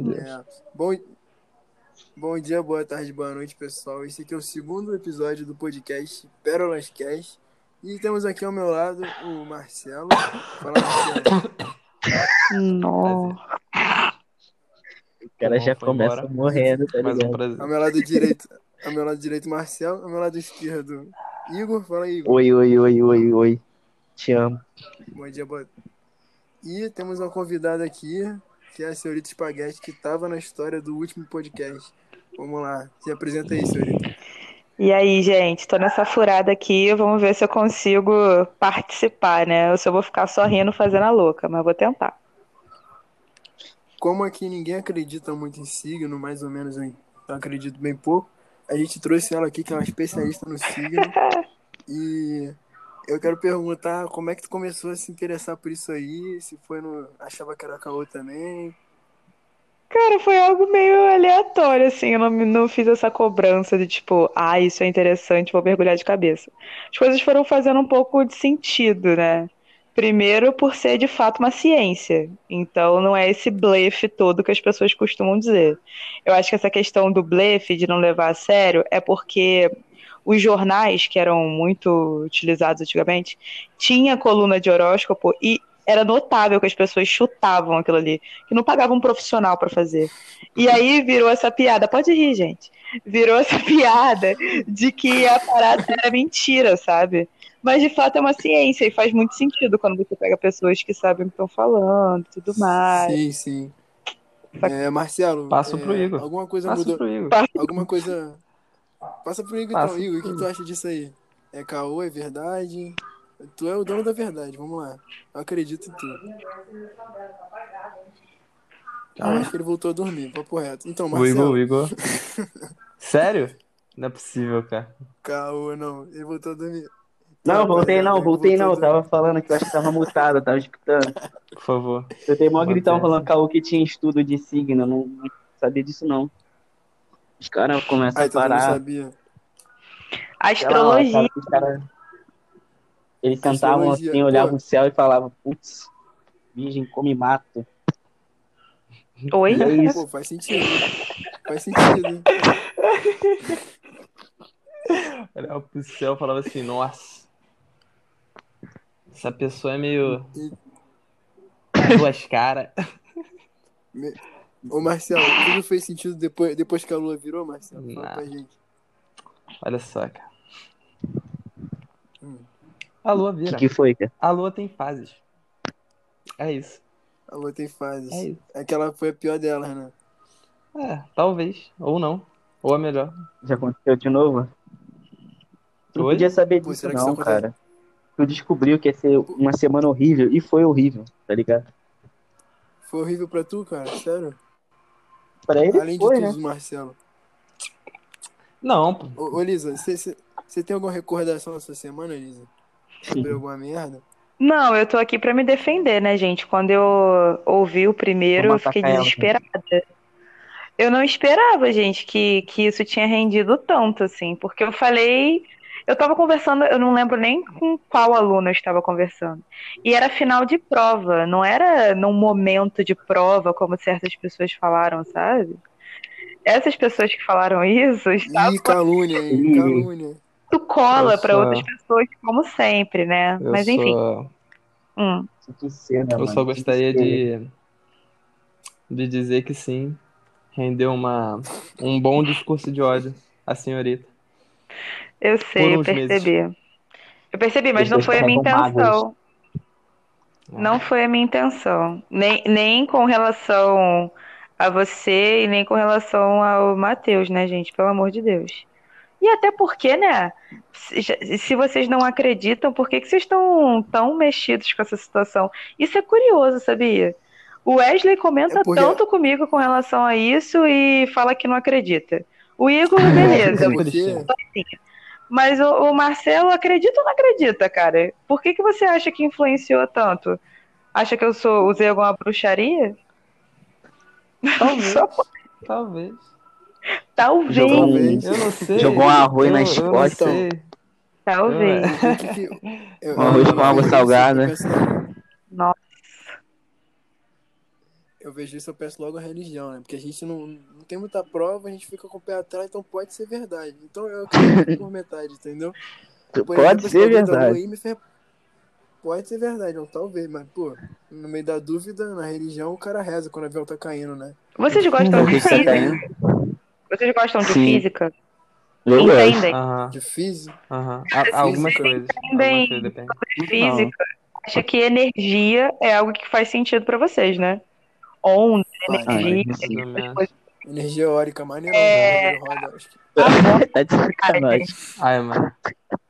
Deus. É. Bom, bom dia, boa tarde, boa noite, pessoal. Esse aqui é o segundo episódio do podcast Pérolas Cast. E temos aqui ao meu lado o Marcelo. Fala, Marcelo. Nossa. O cara Tá bom, já foi começa embora. morrendo, tá Mais um ligado? prazer. Ao meu lado direito, ao meu lado direito, Marcelo. Ao meu lado esquerdo, Igor. Fala, Igor. Oi, oi, oi, oi, oi. Te amo. Bom dia, boa. E temos uma convidada aqui, que é a senhorita Spaghetti, que estava na história do último podcast. Vamos lá, se apresenta aí, senhorita. E aí, gente, tô nessa furada aqui, vamos ver se eu consigo participar, né? Ou se eu vou ficar só rindo fazendo a louca, mas vou tentar. Como aqui ninguém acredita muito em signo, mais ou menos eu acredito bem pouco, a gente trouxe ela aqui, que é uma especialista no signo. E eu quero perguntar como é que tu começou a se interessar por isso aí, se foi no. achava que era caô também. Cara, foi algo meio aleatório, assim. Eu não, me- não fiz essa cobrança de tipo, ah, isso é interessante, vou mergulhar de cabeça. As coisas foram fazendo um pouco de sentido, né? Primeiro, por ser de fato uma ciência. Então, não é esse blefe todo que as pessoas costumam dizer. Eu acho que essa questão do blefe, de não levar a sério, é porque os jornais, que eram muito utilizados antigamente, tinha coluna de horóscopo e era notável que as pessoas chutavam aquilo ali que não pagava um profissional pra fazer. E aí virou essa piada, pode rir, gente. Virou essa piada de que a parada era mentira, sabe? Mas de fato é uma ciência e faz muito sentido quando você pega pessoas que sabem o que estão falando, tudo mais. Sim, sim. Tá. É, Marcelo, Passo é, pro Igor. alguma coisa Passa mudou. pro Igor. Alguma coisa. Passa pro Igor Passa então, Igor. O que pro tu acha disso aí? É caô, é verdade? Tu é o dono da verdade, vamos lá. Eu acredito em tu. Eu Ah. Calma. acho que ele voltou a dormir, papo reto. Então, O Igor, Ah, Marcelo, o Igor. Sério? Não é possível, cara. caô não, ele voltou a dormir. Não, voltei não, Ele voltei não. voltou a Tava falando que eu acho que tava mutado, eu tava escutando. Por favor. Eu tenho maior gritão Acontece. falando caô que tinha estudo de signo. eu Não não sabia disso, não. Os caras começam Ai, a tu não parar. Ah, então sabia. Aquela hora, Astrologia. cara, que os caras- Eles sentavam Astrologia, assim, pô. olhavam o céu e falavam, putz, virgem come mato. Oi? E é isso. Pô, faz sentido. Faz sentido. Olhava pro céu e falava assim, nossa. Essa pessoa é meio. Duas caras. Ô, Marcelo, tudo fez sentido depois, depois que a lua virou, Marcelo? Fala Não. pra gente. Olha só, cara. Hum. A lua O que, vira. que foi, cara? A lua tem fases. É isso. A lua tem fases. É isso. Aquela foi a pior delas, né? É, talvez. Ou não. Ou é melhor. Já aconteceu de novo? Tu não Oi? podia saber Pô, disso, será que não, isso acontece? cara. Tu descobriu que ia ser uma semana horrível e foi horrível, tá ligado? Foi horrível pra tu, cara? Sério? Pra ele Além de foi, né? tudo, Marcelo. Não, pô. Ô, ô Lisa, você tem alguma recordação dessa semana, Lisa? Sobre alguma merda? Não, eu tô aqui pra me defender, né, gente? Quando eu ouvi o primeiro, eu Vamos fiquei atacar ela, desesperada. Eu não esperava, gente, que, que isso tinha rendido tanto, assim, porque eu falei. Eu tava conversando, eu não lembro nem com qual aluno eu estava conversando. E era final de prova, não era num momento de prova, como certas pessoas falaram, sabe? Essas pessoas que falaram isso estavam Ih, calúnia, hein? Ih. Calúnia. muito cola Eu pra sou- outras pessoas, como sempre, né? Eu Mas enfim. sou- hum. Que cena, Eu É, mano, só que gostaria cena. de, de dizer que sim, rendeu uma, um bom discurso de ódio à senhorita. Eu sei, Por eu uns meses. percebi. Eu percebi, mas não Pessoas foi a minha carregam intenção. Não foi a minha intenção. Nem, nem com relação a você e nem com relação ao Matheus, né, gente? Pelo amor de Deus. E até porque, né? Se, já- se vocês não acreditam, por que, que vocês estão tão mexidos com essa situação? Isso é curioso, sabia? O Wesley comenta É porque- tanto comigo com relação a isso e fala que não acredita. O Igor, beleza. Sim. Porque... Cristiano. Mas o, o Marcelo acredita ou não acredita, cara? Por que, que você acha que influenciou tanto? Acha que eu sou, usei alguma bruxaria? Talvez, Só- talvez. Talvez, Jogou um- Eu não sei. Jogou um arroz eu, na eu não escola. sei. talvez. É. O que que... Eu- Um arroz eu- com água eu- salgada. Nossa. eu vejo isso, eu peço logo a religião, né? Porque a gente não, não tem muita prova, a gente fica com o pé atrás, então pode ser verdade. Então eu acredito por metade, entendeu? Por exemplo, Pode esse ser bagulho da verdade. lua aí me fez- Pode ser verdade, não, talvez, mas, pô, no meio da dúvida, na religião, o cara reza quando o avião tá caindo, né? Vocês gostam O de bicho tá física? caindo. Vocês gostam de Sim. física? Eu gosto. Ah, Entendem Aham, De física. aham. A- Algumas Sim, coisas. também. Algumas coisas depende. sobre física? Acha que energia é algo que faz sentido pra vocês, né? Onda, Faz. Ah, energia, isso sim. Mais ou menos. Energia eólica, maneiro. É. Roda, acho que. Tá de sacanagem. Ai, mano.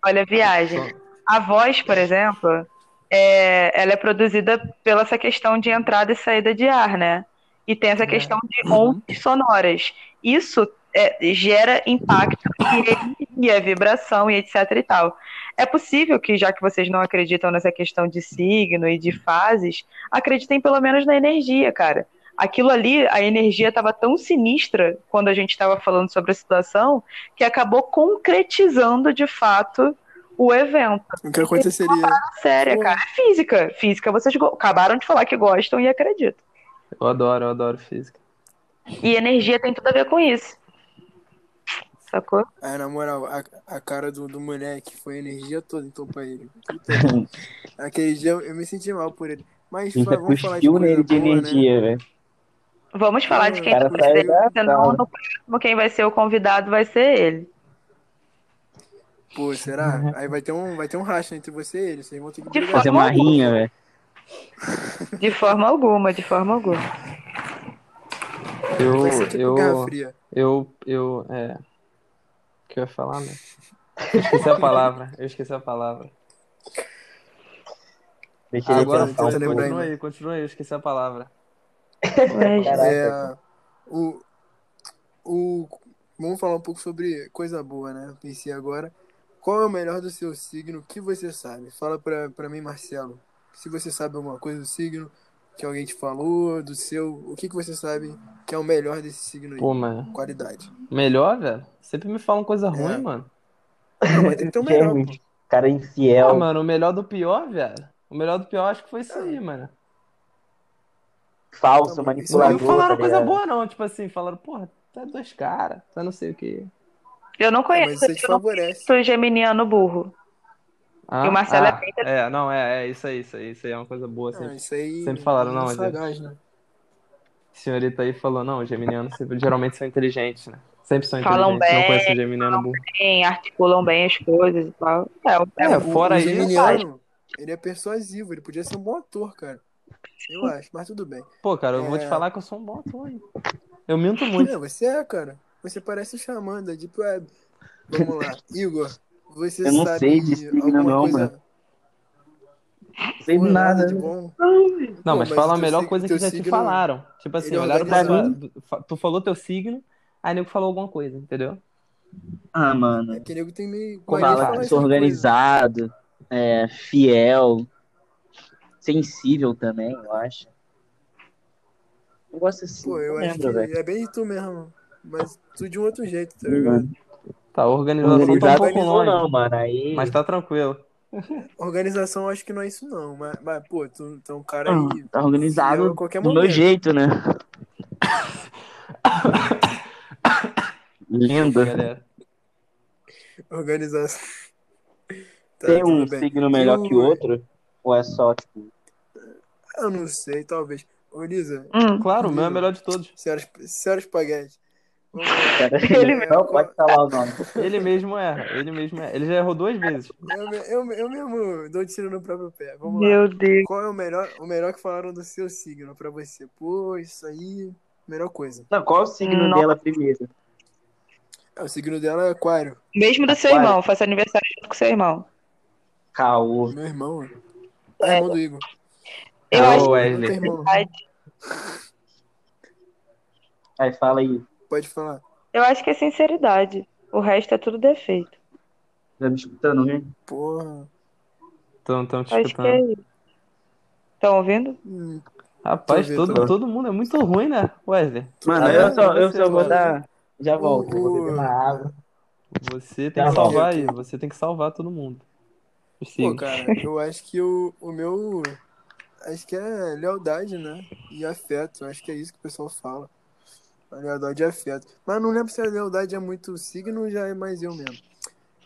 olha a viagem. A voz, por exemplo, é, ela é produzida pela essa questão de entrada e saída de ar, né? E tem essa É. questão de Uhum. ondas sonoras. Isso é, gera impacto e energia, vibração e etc e tal. É possível que, já que vocês não acreditam nessa questão de signo e de fases, acreditem pelo menos na energia, cara. Aquilo ali, a energia estava tão sinistra quando a gente estava falando sobre a situação, que acabou concretizando de fato o evento O que aconteceria? séria, Pô. cara. É Física. Física, vocês go- acabaram de falar que gostam e acreditam. Eu adoro, eu adoro física. E energia tem tudo a ver com isso. Sacou? Ah, na moral, a, a cara do, do moleque foi a energia toda, então, pra ele. Puta. Aquele dia eu eu me senti mal por ele. Mas fa- Isso vamos falar de cuspiu coisa nele Tá de boa, né? energia, velho. Vamos falar de O quem cara tá Cuspiu. saiu da senão sala. no próximo quem vai ser o convidado vai ser ele. Pô, será? Aí vai ter um, vai ter um racha entre você e ele. Vocês vão ter que De brigar. Fazer uma rinha, velho. De forma alguma, de forma alguma. Eu, Vai ser tipo Guerra eu, Fria. eu, eu, é. O que eu ia falar, né? Eu esqueci a palavra. Eu esqueci a palavra. Deixa ele Agora tenta- pensar fala, um tenta lembrar pouco. continua ainda. aí, continua aí. Eu esqueci a palavra. Mas, Caraca. É, o, o, vamos falar um pouco sobre coisa boa, né? Eu Pensei agora. Qual é o melhor do seu signo que você sabe? Fala pra, pra mim, Marcelo. Se você sabe alguma coisa do signo que alguém te falou, do seu. O que, que você sabe que é o melhor desse signo aí? Pô, mano. Qualidade. Melhor, velho? Sempre me falam coisa ruim, mano. Não, mas tem que ter o Então melhor, pô. Realmente, cara Ah, infiel. mano, o melhor do pior, velho. O melhor do pior acho que foi isso aí, mano. falso, Tá bom, isso Não aí manipulador. me falaram tá coisa ligado? boa, não. Tipo assim, falaram, porra, tu é dois caras, tu é não sei o que. eu não Mas conheço, isso aí te eu não favorece. sou geminiano burro. Ah, E o Marcelo é ah, é, não, é, é isso aí, isso aí, isso aí é uma coisa boa. Ah, Sempre. isso aí. Sempre falaram, não, é mas- sagaz, né? A senhorita aí falou, não, os geminianos sempre- geralmente são inteligentes, né? Sempre são Falam inteligentes, não bem, conheço um geminiano burro. Bem, articulam bem as coisas e tal. É, é, É, fora o, o isso- Geminiano, ele é persuasivo, ele podia ser um bom ator, cara. Eu acho, mas tudo bem. Pô, cara, eu vou te É. falar que eu sou um bom ator, hein? Eu minto muito. É, você é, cara. Você parece o Xamã da Deep Web. Vamos lá. Igor, você Eu não sabe sei de signo alguma não, coisa... mano. Sei Pô, nada. né? de bom? Não, Pô, mas mas fala a o teu melhor sig- coisa que teu já te signo- falaram. Tipo assim, ele é olharam pra organizado. sua. Tu falou teu signo, aí nego falou alguma coisa, entendeu? Ah, mano. É que nego tem meio... Como mania de fala, falar Fala que essas sou organizado, é, fiel, sensível também, eu acho. Eu gosto coisas. assim. Pô, eu não acho que lembro, velho. é bem tu mesmo. Mas tu de um outro jeito, tá ligado? Mano, Tá, a organização tá um Organizado pouco não, longe, não, mano. Aí. mas tá tranquilo. Organização, eu acho que não é isso, não. Mas, mas pô, tu, tu é um cara Ah, aí... tá fiel organizado a qualquer do meu momento. jeito, né? Lindo. Galera. Organização. Tá, Tem tudo um bem. signo melhor E o- que o outro? Ou é só, tipo. Eu não sei, talvez. Ô, Lisa, hum, Claro, o meu é o melhor de todos. senhora, senhora espaguete. Vamos lá. Cara, Ele né? não pode falar o nome. Ele mesmo erra, ele mesmo erra. Ele já errou duas vezes. Eu, me- eu, me- eu mesmo dou tiro no próprio pé. Vamos lá. meu Deus. Qual é o melhor, o melhor que falaram do seu signo pra você? Pô, isso aí, melhor coisa. Não, qual é o signo Nossa. dela primeiro? É, o signo dela é aquário. Mesmo do seu Aquário. irmão, faça aniversário junto com seu irmão. Caô. Meu irmão. É irmão do Igor. Eu Ô, acho é Não Wesley. tem irmão. Ai, Aí fala aí. Pode falar. Eu acho que é sinceridade. O resto é tudo defeito. Tá me escutando, hein? Porra. Tão, tão te Eu acho que é escutando. isso. Estão ouvindo? Hum, Rapaz, Tô todo, vendo. todo mundo é muito ruim, né, Wesley? Mano, Ah, eu só, eu você, só vou mano. dar. Já o- volto. Vou o- beber uma água. Você tem Tá que bom. salvar aí, você tem que salvar todo mundo. Os Pô, signos. cara, eu acho que o, o meu. acho que é lealdade, né? E afeto. Acho que é isso que o pessoal fala. A lealdade e afeto. Mas não lembro se a lealdade é muito signo ou já é mais eu mesmo.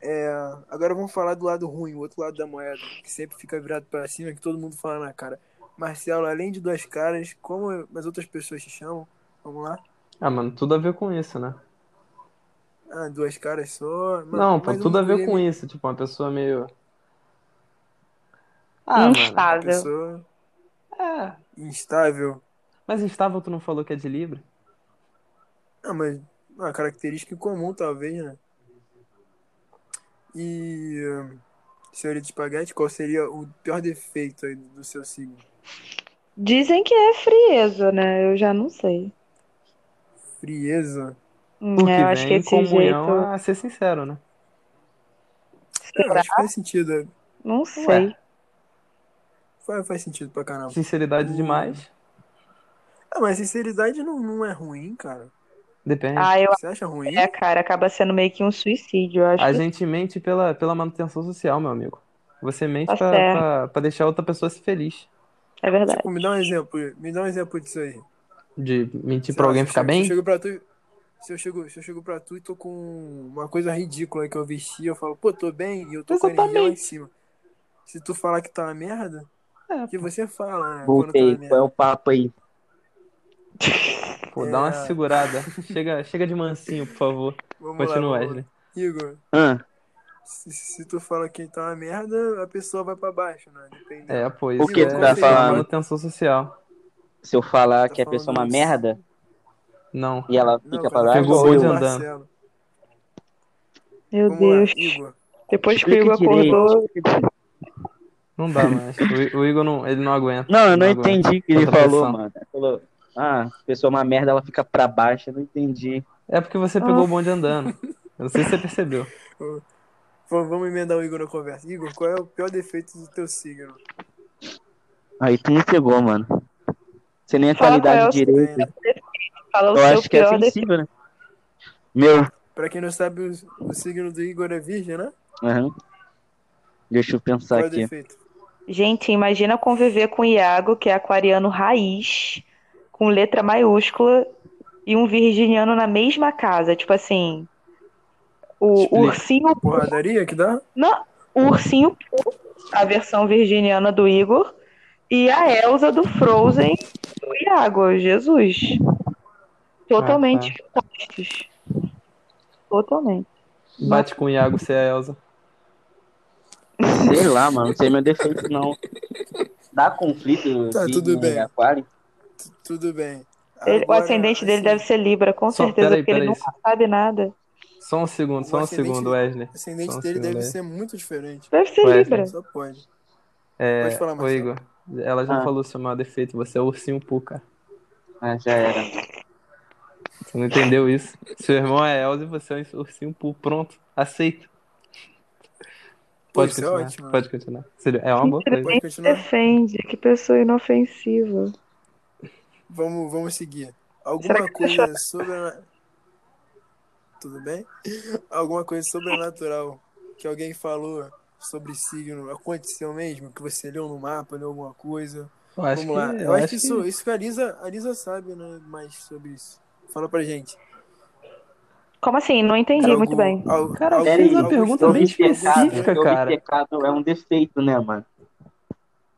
É, agora vamos falar do lado ruim, o outro lado da moeda, que sempre fica virado pra cima, que todo mundo fala na cara. Marcelo, além de duas caras, como as outras pessoas te chamam? Vamos lá? Ah, mano, tudo a ver com isso, né? Ah, duas caras só. Mano, um Não, pô, mas eu tudo a ver queria com me- isso. Tipo, uma pessoa meio. Hum. Ah, mano. Instável. Pessoa É. instável. Mas instável tu não falou que é de Libra? Ah, mas uma característica em comum, talvez, né? E. hum, Senhorita Espaguete, qual seria o pior defeito aí do seu signo? Dizem que é frieza, né? Eu já não sei. Frieza? Hum, O que é, eu acho que vem esse comunhão jeito. a ser sincero, né? É, acho que faz sentido. Não sei. Faz, faz sentido pra caramba. Sinceridade Hum. demais. Ah, mas sinceridade não, não é ruim, cara. Depende. Ah, eu Você acha ruim? é, cara, acaba sendo meio que um suicídio, eu acho. A que gente mente pela, pela manutenção social, meu amigo. Você mente Tá pra, certo. pra, pra deixar outra pessoa se feliz. É verdade. Tipo, me dá um exemplo. Me dá um exemplo disso aí. De mentir Sei pra lá, alguém se eu ficar chego- se eu bem? chego pra tu, se eu chego, se eu chego pra tu e tô com uma coisa ridícula que eu vesti, eu falo, pô, tô bem, e eu tô com a energia lá em Exatamente. cima. Se tu falar que tá uma merda, É, então, que você fala, né, quando tá Voltei, na qual é merda. o papo aí? pô, dá uma É. segurada. Chega, chega de mansinho, por favor. Vamos lá, Continua, vamos lá. Wesley. Igor, Hã? se, se tu fala que tá uma merda, a pessoa vai pra baixo, né? Depende. É, pô, O isso que é, tu tá isso é falando? manutenção social. Se eu falar Tá que a pessoa é uma falando- merda Não. e ela Não, cara, fica pra baixo, Pegou falando sou bonde do eu. andando. Marcelo. Meu Vamos lá, Deus. Igor. Depois que o Explica Igor acordou. Não dá mais. O, o Igor não, ele não aguenta. Não, eu não aguenta. entendi o que ele Outra falou, pressão. mano. Ele falou, ah, a pessoa é uma merda, ela fica pra baixo. Eu não entendi. É porque você pegou Ah. o bonde andando. Eu não sei se você percebeu. Vamos, vamos emendar o Igor na conversa. Igor, qual é o pior defeito do teu signo? Aí tu me pegou, mano. Você nem é Fala qual é qualidade o direito. Fala o Eu seu acho que é pior assim. defeito. sensível, né? Meu. Pra quem não sabe, o, o signo do Igor é virgem, né? Aham. Deixa eu pensar Qual Tá é o aqui. defeito? Gente, imagina conviver com o Iago, que é aquariano raiz, com letra maiúscula, e um virginiano na mesma casa. Tipo assim, o Explica. ursinho. Porradaria que dá? Não, o ursinho, a versão virginiana do Igor, e a Elsa do Frozen do Iago. Jesus. Totalmente opostos. Totalmente. Bate com o Iago, você é a Elza. Sei lá, mano. Não sei meu defeito, não. Dá conflito Tá, de tudo bem. aquário? Tudo bem. Ele- o Agora, ascendente dele assim, deve ser Libra, com Só, certeza, peraí, porque ele peraí. nunca sabe nada. Só um segundo, só O um ascendente- segundo, Wesley. O ascendente Só um dele segundo deve aí. ser muito diferente. Deve ser Ué, Libra. Só pode. É, Pode falar, ô Marcelo. Igor, ela já Ah. falou seu maior defeito, você é o ursinho Poo, cara. Ah, já era. Você não entendeu isso? Seu irmão é Elza e você é o ursinho Poo. Pronto, aceito. Pô, Pode isso é continuar, ótimo. pode continuar. Sério, É uma boa coisa. Pode continuar? Defende, que pessoa inofensiva. Vamos, vamos seguir. Será Alguma que coisa sobrenatural. Tudo bem? Alguma coisa sobrenatural que alguém falou sobre signo aconteceu mesmo? Que você leu no mapa, leu alguma coisa? Eu acho que, Vamos lá. eu Eu acho acho que que isso, isso que a Lisa, a Lisa sabe, né? Mais sobre isso. Fala pra gente. Como assim? Não entendi muito bem. al- Cara, algum- fez uma algum pergunta Eu bem vi estranho- específica, pecado, algum eu cara. vi pecado é um defeito, né, mano?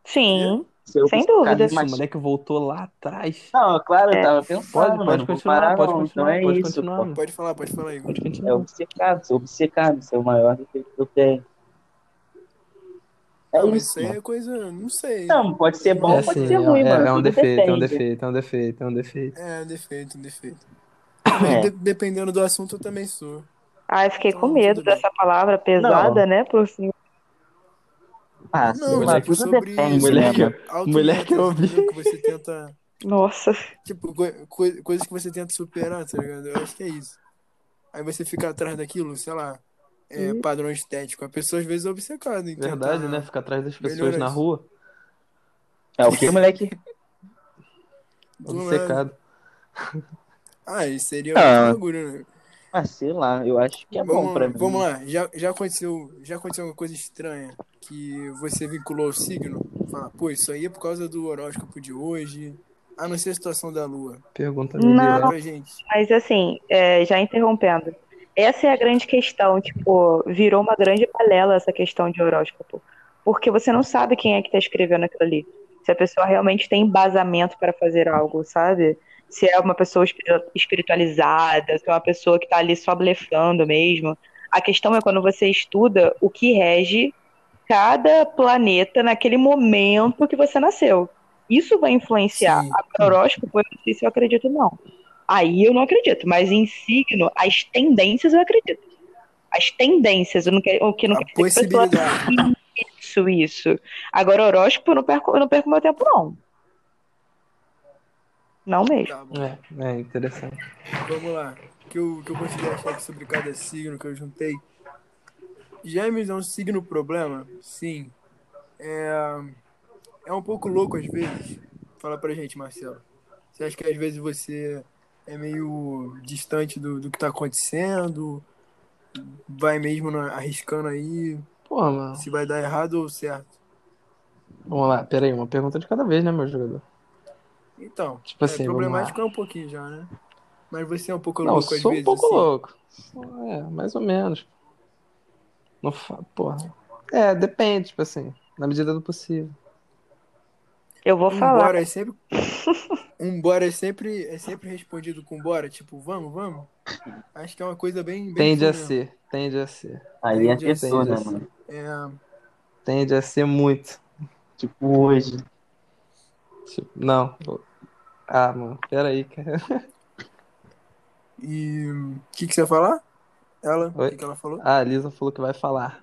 Sim, Se eu Sem buscar dúvida. É. ali, Isso, o mas... moleque voltou lá atrás. Não, claro, eu tava pensando, Pode, pode mano. vou continuar, parar, pode não. Então continuar, é pode isso, continuar, pô. mano. Pode falar, pode falar, Igor. Pode É continuar. obcecado, sou obcecado, seu maior defeito que eu tenho. É Não, mas isso, isso aí mano. é coisa. Não sei. Não, pode ser É bom, pode assim, ser é, ruim, é- mano. é um Tudo defeito, é um depende. defeito, é um defeito, é um defeito. É, um defeito, um defeito. Mas É. de- dependendo do assunto, eu também sou. Ai, fiquei com Então, medo tudo bem. dessa palavra pesada, né, por senhor? Ah, sei Não, lá, Moleque- tipo, tudo sobre, depende, né, sobre Moleque, mano? alto moleque, eu vi. que você tenta. Nossa. Tipo, co- co- coisas que você tenta superar, tá ligado? Eu acho que é isso. Aí você fica atrás daquilo, sei lá, é, padrão estético. A pessoa às vezes é obcecada em Verdade, né? tentar Ficar atrás das pessoas melhorar na isso. rua, É o que, moleque? Do nada. obcecado. um Ah, isso seria Ah. outro bagulho, né? Ah, sei lá, eu acho que é bom pra Vamos, mim. vamos lá, já, já aconteceu, já aconteceu alguma coisa estranha que você vinculou ao signo? Falar, pô, isso aí é por causa do horóscopo de hoje. A não ser a situação da lua. Pergunta Não. Fala Miguel. pra gente. Mas assim, é, já interrompendo, essa é a grande questão, tipo, virou uma grande balela essa questão de horóscopo, porque você não sabe quem é que tá escrevendo aquilo ali, se a pessoa realmente tem embasamento para fazer algo, sabe? Se é uma pessoa espiri- espiritualizada, se é uma pessoa que tá ali só blefando mesmo. A questão é quando você estuda o que rege cada planeta naquele momento que você nasceu. Isso vai influenciar. Sim. Agora, horóscopo, eu não sei se eu acredito, não. Aí eu não acredito, mas em signo, as tendências eu acredito. As tendências, eu não quero, o que não A quer dizer que a pessoa possibilidade. isso, isso. Agora, horóscopo, eu não perco, eu não perco meu tempo, não. Não mesmo. Tá bom. É, é interessante. Vamos lá. O que eu, o que eu consegui achar aqui sobre cada signo que eu juntei? Gêmeos é um signo problema? Sim. É, é um pouco louco às vezes. Fala pra gente, Marcelo. Você acha que às vezes você é meio distante do, do que tá acontecendo? Vai mesmo na- arriscando aí Pô, mano. se vai dar errado ou certo? Vamos lá, pera aí, uma pergunta de cada vez, né, meu jogador? Então, é, Tipo assim, vamos problemático é um pouquinho já, né? Mas você é um pouco Não, eu louco às sou vezes. um pouco assim. louco. Sou- É, mais ou menos. Não fa... Porra. É, depende, tipo assim, na medida do possível. Eu vou um falar. bora é sempre um bora é sempre é sempre respondido com bora tipo vamos vamos acho que é uma coisa bem, bem Tende a assim mesmo. ser, tende a ser. Aí é Entendi, pessoa, né, entendi. mano? É, Tende a ser muito. Tipo, hoje. Tipo, não. Ah, mano, pera aí, cara. e o que que você ia falar ela o Oi? que, que ela falou Ah, a Lisa falou que vai falar.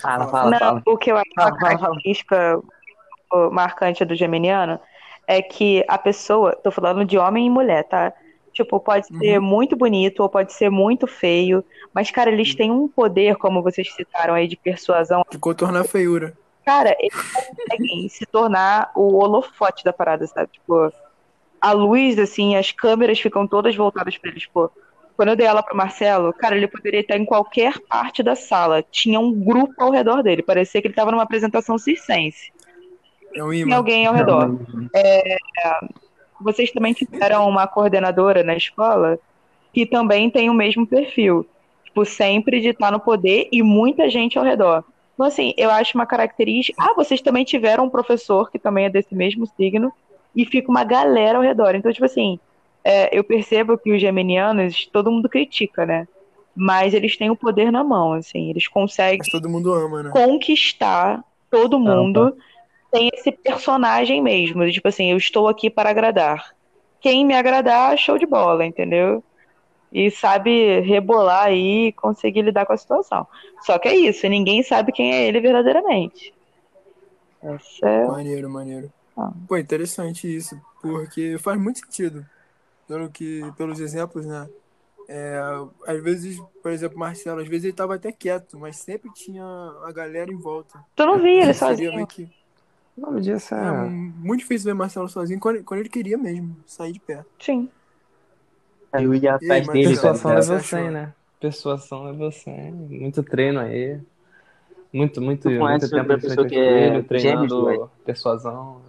Fala, fala, Não, fala. o que eu acho Fala, uma fala, fala. característica o, marcante do geminiano é que a pessoa, tô falando de homem e mulher, tá? Tipo, pode ser Uhum. muito bonito ou pode ser muito feio, mas, cara, eles têm um poder, como vocês citaram aí, de persuasão de contornar a feiura Cara, eles conseguem se tornar o holofote da parada, sabe? Tipo, a luz, assim, as câmeras ficam todas voltadas pra eles. Pô, quando eu dei aula pro Marcelo, cara, ele poderia estar em qualquer parte da sala. Tinha um grupo ao redor dele. Parecia que ele tava numa apresentação circense. é um Tinha imã alguém ao redor. Vocês também tiveram uma coordenadora na escola que também tem o mesmo perfil. Tipo, sempre de estar no poder e muita gente ao redor. Então, assim, eu acho uma característica. Ah, vocês também tiveram um professor que também é desse mesmo signo e fica uma galera ao redor. Então, tipo assim, é, eu percebo que os geminianos, todo mundo critica, né? Mas eles têm o poder na mão, assim, eles conseguem mas todo mundo ama né conquistar todo mundo tem esse personagem mesmo. de, Tipo assim, eu estou aqui para agradar. Quem me agradar, show de bola, entendeu? E sabe rebolar aí e conseguir lidar com a situação. Só que é isso, ninguém sabe quem é ele verdadeiramente. Essa é... maneiro maneiro Ah. pô interessante isso porque faz muito sentido pelo que pelos exemplos né É, às vezes por exemplo Marcelo às vezes ele tava até quieto mas sempre tinha a galera em volta Tu não via seria ele sozinho. meio que O nome disso É é. muito difícil ver Marcelo sozinho quando, quando ele queria mesmo sair de perto. Sim. Eu ia atrás mas dele, pessoal, velho. Persuasão Persuasão level level 100, 100, né? Persuasão level 100. Muito treino aí. Muito, muito, Tu conhece muito tempo outra de frente pessoa ao que é espelho, treinando gêmeos, persuasão.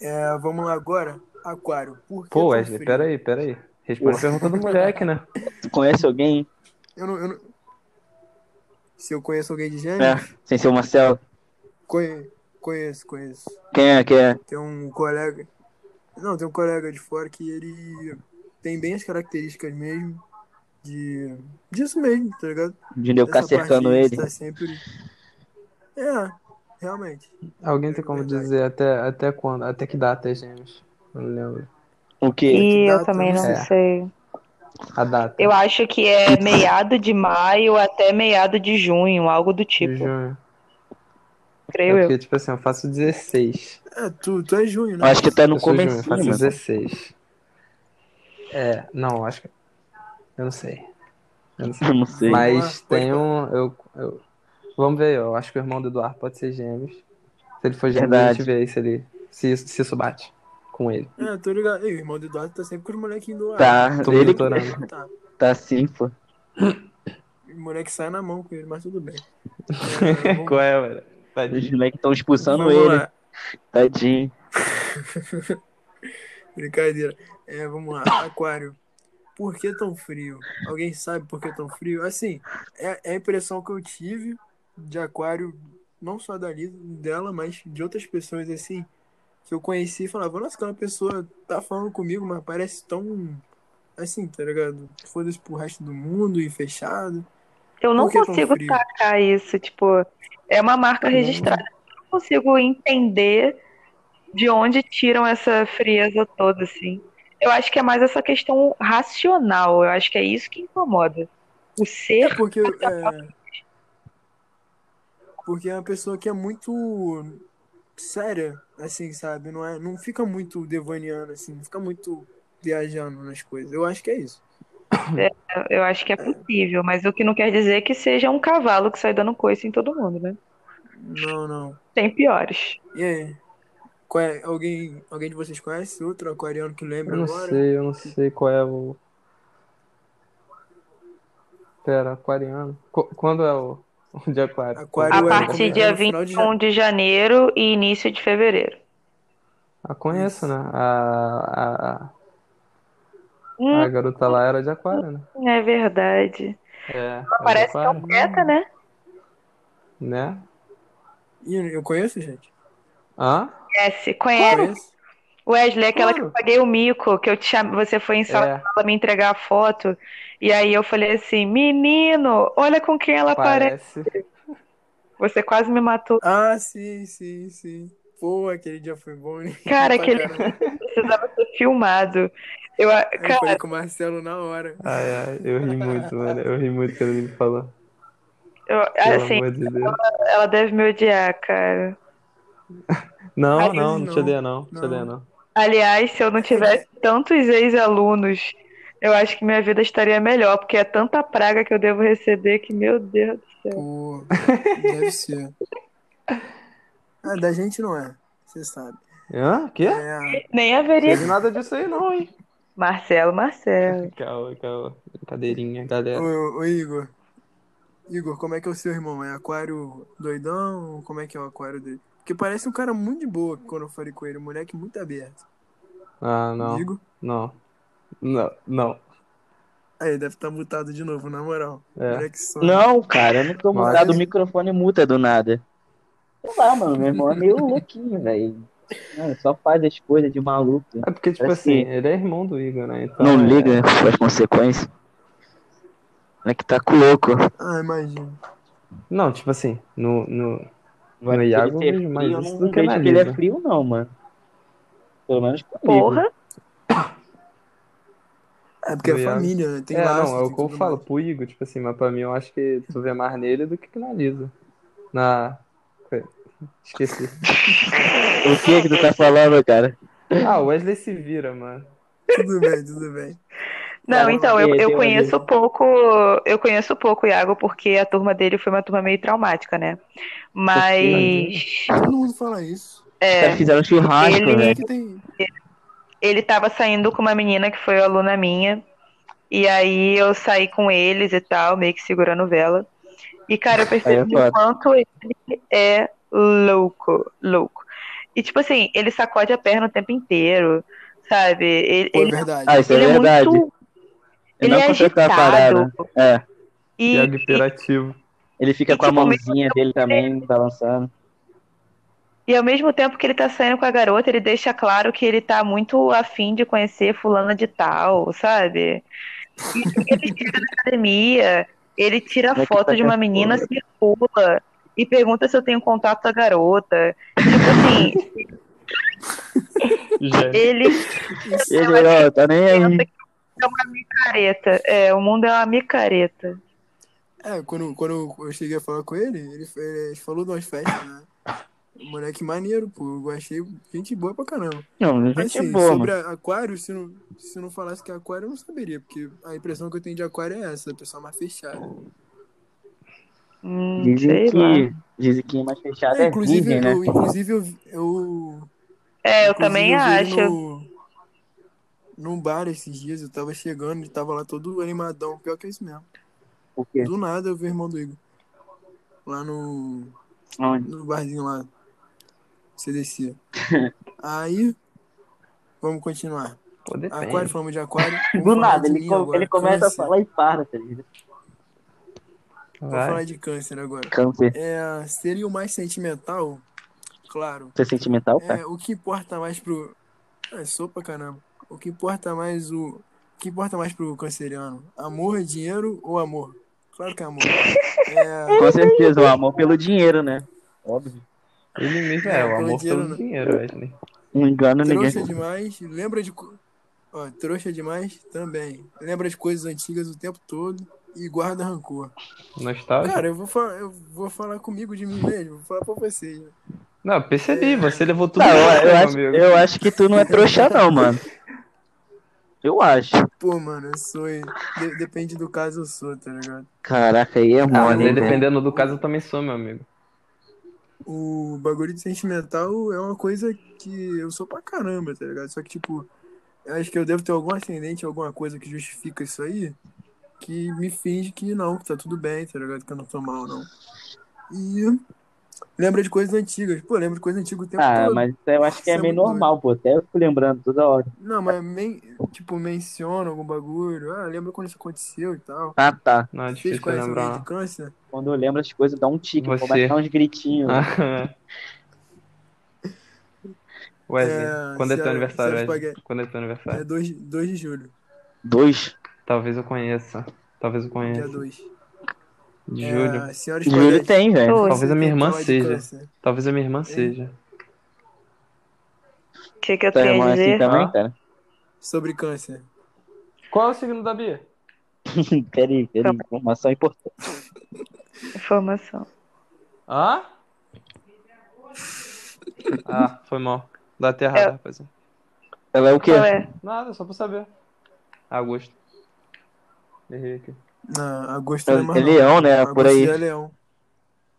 É, vamos lá agora, Aquário. Por que Pô, tão Wesley, frio? peraí, peraí. Responde a pergunta do moleque, né? Tu conhece alguém? Eu não, eu não- Se eu conheço alguém de É, gêmeos, sem ser o Marcelo. conhe- conheço, conheço. Quem é, quem é? Tem um colega. Não, tem um colega de fora que ele tem bem as características mesmo de disso mesmo, tá ligado? De eu ficar Essa parte cercando de ele. estar sempre. É, realmente. Alguém tem como dizer até, até quando? Até que data é gêmeos? Não lembro. O quê? que E eu data, também não né? sei. A data. Eu acho que é meado de maio até meado de junho, algo do de tipo. junho. É Creio eu. porque, tipo assim, eu faço 16. É, tu, tu é junho, Eu né? acho que tá Eu no sou junho, eu começo, faço mano. 16. É, não, eu acho que. Eu não sei. Eu não sei. Eu não sei. Mas- Mas Vamos lá, tem um. Eu, eu- vamos ver, eu acho que o irmão do Eduardo pode ser gêmeos. Se ele for gêmeo, a Verdade. gente vê aí se ele. Se, isso- se isso bate com ele. É, tô ligado. E o irmão do Eduardo tá sempre com os molequinhos do ar. Tá, Tô ele monitorando. Tá. tá assim, pô. O moleque sai na mão com ele, mas tudo bem. É, vamos- tá Qual é, velho? Tadinho. Os moleques estão expulsando Vamos ele. lá. Tadinho. Brincadeira. É, vamos lá. Aquário. Por que tão frio? Alguém sabe por que tão frio? Assim, é, é a impressão que eu tive de aquário, não só da Lisa, dela, mas de outras pessoas, assim, que eu conheci e falava, nossa, aquela pessoa tá falando comigo, mas parece tão, assim, tá ligado? Foda-se pro resto do mundo e fechado. Eu não Por que é tão consigo frio? né? sacar isso, tipo, é uma marca Hum. registrada. Eu não consigo entender de onde tiram essa frieza toda, assim. Eu acho que é mais essa questão racional, eu acho que é isso que incomoda. O É ser, porque. É, porque é uma pessoa que é muito séria, assim, sabe? Não, é, não fica muito devaneando, assim, não fica muito viajando nas coisas. Eu acho que é isso. eu acho que é possível, mas o que não quer dizer que seja um cavalo que sai dando coice em todo mundo, né? Não, não. Tem piores. E aí? Qual é- alguém, alguém de vocês conhece outro aquariano que lembra Eu não agora? sei, eu não sei qual é o. Pera, aquariano. Qu- quando é o, o de aquário? Aquário A é- partir começa dia no final de 21 de janeiro e início de fevereiro. A conheço, Isso. né? A, a, a, a Hum, garota lá era de aquário, né? é verdade. É, era de Parece aquário, tão quieta, né? né? Ih, eu conheço, gente? Hã? Conhece, conhece. Conheço. Wesley, é aquela que Claro. eu paguei o mico, que eu te cham... você foi em sala É, pra me entregar a foto, e aí eu falei assim, menino, olha com quem ela parece. parece. Você quase me matou. Ah, sim, sim, sim. Pô, aquele dia foi bom, né? Cara, Pra aquele caramba. precisava ser filmado. Eu, a- Aí Eu cara, falei com o Marcelo na hora. Ai, ai, eu ri muito, mano. Eu ri muito quando ele me falou. eu- Pelo assim, amor de Deus. ela deve me odiar, cara. Não, Às não, vezes não te não. odeia, não. Não te Não. odeia, não. Aliás, se eu não tivesse tantos ex-alunos, eu acho que minha vida estaria melhor, porque é tanta praga que eu devo receber que, meu Deus do céu. Pô, deve ser. Ah, da gente não é, você sabe. Hã? Quê? É, a- Nem Não haveria. teve nada disso aí, não, hein? Marcelo, Marcelo. Calma, calma. Brincadeirinha, galera. ô, ô, Igor. Igor, como é que é o seu irmão? É aquário doidão? Como é que é o aquário dele? Porque parece um cara muito de boa quando eu falei com ele, um moleque muito aberto. Ah, não, Igor. não. Não, não. Aí, deve estar mutado de novo, na moral. É. Moleque só. Não, cara, eu não tô Mas- mudado. O microfone muta do nada. Sei lá, mano. Meu irmão é meio louquinho, velho. Mano, Só faz as coisas de maluco. É porque, tipo Parece assim, ele é irmão do Igor, né? Então, Não é- liga né, pras consequências. É que tá com louco. Ah, imagina. Não, tipo assim, no, no... Vai No ele Iago eu ser vejo mais frio, isso eu do não que vejo na que ele é Lisa. frio, não, mano. Pelo menos comigo. Porra. É porque Eu é ia- família, né? Tem é, laço, não, é o tem que eu tudo falo mais. pro Igor, tipo assim, mas pra mim eu acho que tu vê mais nele do que na Lisa. Na... Esqueci. O que que tu tá falando, cara? Ah, o Wesley se vira, mano. Tudo bem, tudo bem. Não, Não, então, eu, ele eu deu conheço ali. pouco, eu conheço pouco o Iago, porque a turma dele foi uma turma meio traumática, né? Mas Todo mundo fala isso. Os caras fizeram Tá churrasco, É. Ele- é. velho. Que tem... ele tava saindo com uma menina que foi aluna minha, e aí eu saí com eles e tal, meio que segurando vela. E, cara, eu percebi é foda. o quanto ele é louco, louco. E, tipo assim, ele sacode a perna o tempo inteiro, sabe? Ele, Pô, é ele- verdade. Ah, isso ele é é verdade. muito. Ele não é aconteceu aquela agitado. É, E, Iago e imperativo. ele fica E, com a tipo, mãozinha dele é- também, balançando. Ah, E ao mesmo tempo que ele tá saindo com a garota, ele deixa claro que ele tá muito afim de conhecer fulana de tal, sabe? E ele chega na academia, ele tira Como é que foto tá de uma com a menina, circula e pergunta se eu tenho contato da garota. Tipo assim, Gente, ele Ele, ó, tá nem pensa aí. que é uma micareta. É, o mundo é uma micareta. É, quando, quando eu cheguei a falar com ele, ele, fa- ele falou de umas festas, né? Moleque maneiro, pô. Eu achei gente boa pra caramba. Não, tipo Mas, gente assim, boa, sobre mano. a- aquário, se não, se não falasse que é aquário, eu não saberia, porque a impressão que eu tenho de aquário é essa, da pessoa mais fechada. Hum, sei Dizem lá. que, dizem que mais fechado É, é inclusive, virgem, né? eu, inclusive, eu, eu, É, eu inclusive, também eu acho. vi ele No, num bar esses dias, eu tava chegando, ele tava lá todo animadão, é pior que isso mesmo. Porque Do nada eu vi o irmão do Igor. Lá no. Onde? no barzinho lá. Você descia. Aí, vamos continuar. Pô, depende. Aquário, falamos de aquário. Vamos Do falar nada, de ele, mim co- agora, ele começa a câncer. falar e para, tá ligado? Vamos falar Vai. de câncer agora. Câncer. É, seria o mais sentimental? Claro. Você é sentimental, cara? É, o que importa mais pro. É, sou pra caramba. O que importa mais o. O que importa mais pro canceriano? Amor, dinheiro ou amor? Claro que é amor. É, Com certeza, o amor pelo dinheiro, né? Óbvio. Ele mesmo É, é, o pelo amor dinheiro, pelo né? dinheiro, Wesley. Não engana Um ninguém. trouxa demais, lembra de. co- Ó, trouxa demais também. Lembra de coisas antigas o tempo todo e guarda rancor. Nostálgico. Cara, eu vou, fa eu vou falar comigo de mim mesmo, vou falar pra vocês. né? Não, eu percebi, você levou tudo Não, isso, eu, eu meu acho, amigo. eu acho que tu não é trouxa, não, mano. Eu acho. Pô, mano, eu sou. de- depende do caso, eu sou, tá ligado? Caraca, aí é Ah, mas mole, aí, hein, velho. dependendo do caso, eu também sou, meu amigo. O bagulho de sentimental é uma coisa que eu sou pra caramba, tá ligado? Só que, tipo, eu acho que eu devo ter algum ascendente, alguma coisa que justifica isso aí, que me finge que não, que tá tudo bem, tá ligado? Que eu não tô mal, não. E lembra de coisas antigas. Pô, lembra de coisas antigas o tempo Ah, todo. mas isso eu acho que é um Isso é meio muito normal, pô. Até eu fico lembrando toda hora. Não, mas, men tipo, menciona algum bagulho. Ah, lembra quando isso aconteceu e tal. Ah, tá. Não, é Vocês difícil conhecem alguém lembrar. de câncer? Quando eu lembro as coisas, dá um tique, Você. Ah. começa a dar uns gritinhos. Wesley, É, quando é se teu é- se aniversário, é Wesley? espaguete. Quando é teu aniversário? É 2 de dois de julho, Dois? Talvez eu conheça. Talvez eu dia conheça. 2. De É, Júlio. a senhora Júlio Espaguete. tem, velho. Oi. Talvez a minha irmã Falar é de seja. câncer. Talvez a minha irmã seja. O que, que eu Tá tenho a irmã assim dizer? também, Ah. cara? Sobre câncer. Qual é o signo da Bia? Peraí, peraí. é? Informação importante. Informação. Hã? Ah, foi mal. Dá até errado, É. rapaziada. Ela é o quê? Qual é? Nada, só pra saber. Agosto. Errei aqui. Não, agosto não é É mais. leão, né? não. Por Agosto aí. já é leão.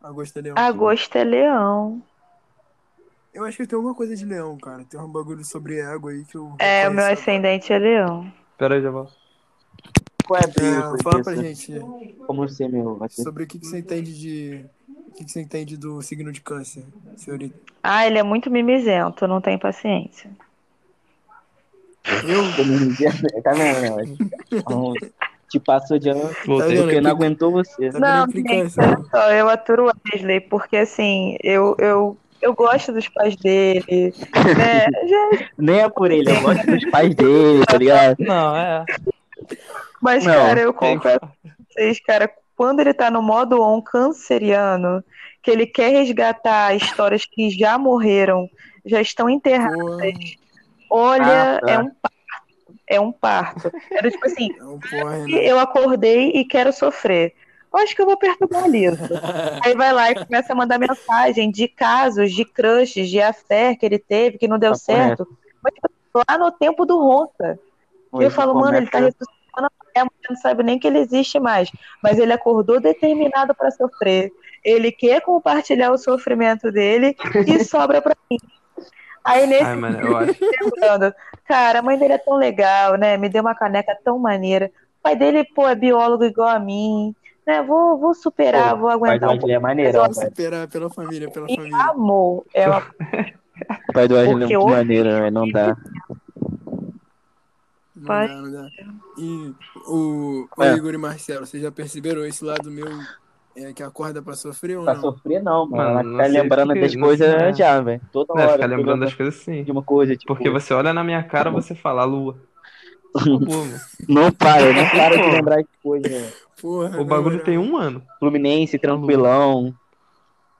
Agosto é leão. Agosto é leão. Eu acho que tem alguma coisa de leão, cara. Tem um bagulho sobre égua aí que eu. É, o reconheço meu agora. ascendente é leão. Pera aí, já volto. Qual é a É, fala pra professor? gente Como você, meu? vai ser- sobre o que, que você entende de. O que, que você entende do signo de câncer, senhorita? Ah, ele é muito mimizento, não tem paciência. Eu? Todo mundo dia- Tá vendo, né? mas- Então, Te passou de ano Voltei. Tá vendo? porque não aguentou você. Tá Não, vendo que gente, câncer? olha só, eu aturo o Wesley, porque assim, eu, eu, eu gosto dos pais dele. né? Já- Nem é por ele, eu gosto dos pais dele, tá ligado? Não, é. mas, Não, cara, eu tem- confesso pra vocês, cara, quando ele tá no modo on canceriano, que ele quer resgatar histórias que já morreram, já estão enterradas. Porra, Olha, Ah, tá. é um parto. É um parto. Era tipo assim, é um porra, né? eu acordei e quero sofrer. Eu acho que eu vou perturbar Lisa. Aí vai lá e começa a mandar mensagem de casos, de crushes, de afé que ele teve, que não deu Tá certo. Mas tipo, lá no tempo do Ronca. eu falo, mano, é ele tá ressuscitando a mulher, a mulher não sabe nem que ele existe mais. Mas ele acordou determinado pra sofrer. Ele quer compartilhar o sofrimento dele e sobra pra mim. Aí nesse Ai, mano, eu acho. lembrando, cara, a mãe dele é tão legal, né? Me deu uma caneca tão maneira. O pai dele, pô, é biólogo igual a mim, né? Vou, vou superar, vou O pai do aguentar um pouco. Wesley é maneirão, Vamos velho. superar pela família, pela E família. amor, é uma O pai do Wesley é Porque muito hoje- tipo, maneiro, velho. Não dá. Não Pai. dá, não dá. E o, o É. Igor e Marcelo, vocês já perceberam esse lado meu é, que acorda pra sofrer ou Pra não? sofrer, não, mano. Mano, Ela não tá sei lembrando que- das assim, não coisas sei, né? já, velho. Toda É, hora. ficar lembrando das toda- coisas sim. De uma coisa, tipo. Porque você olha na minha cara, você fala, lua. Acabou, meu. Não para, não para de lembrar de coisas, velho. Porra, O na bagulho moral, tem um ano. Fluminense, tranquilão.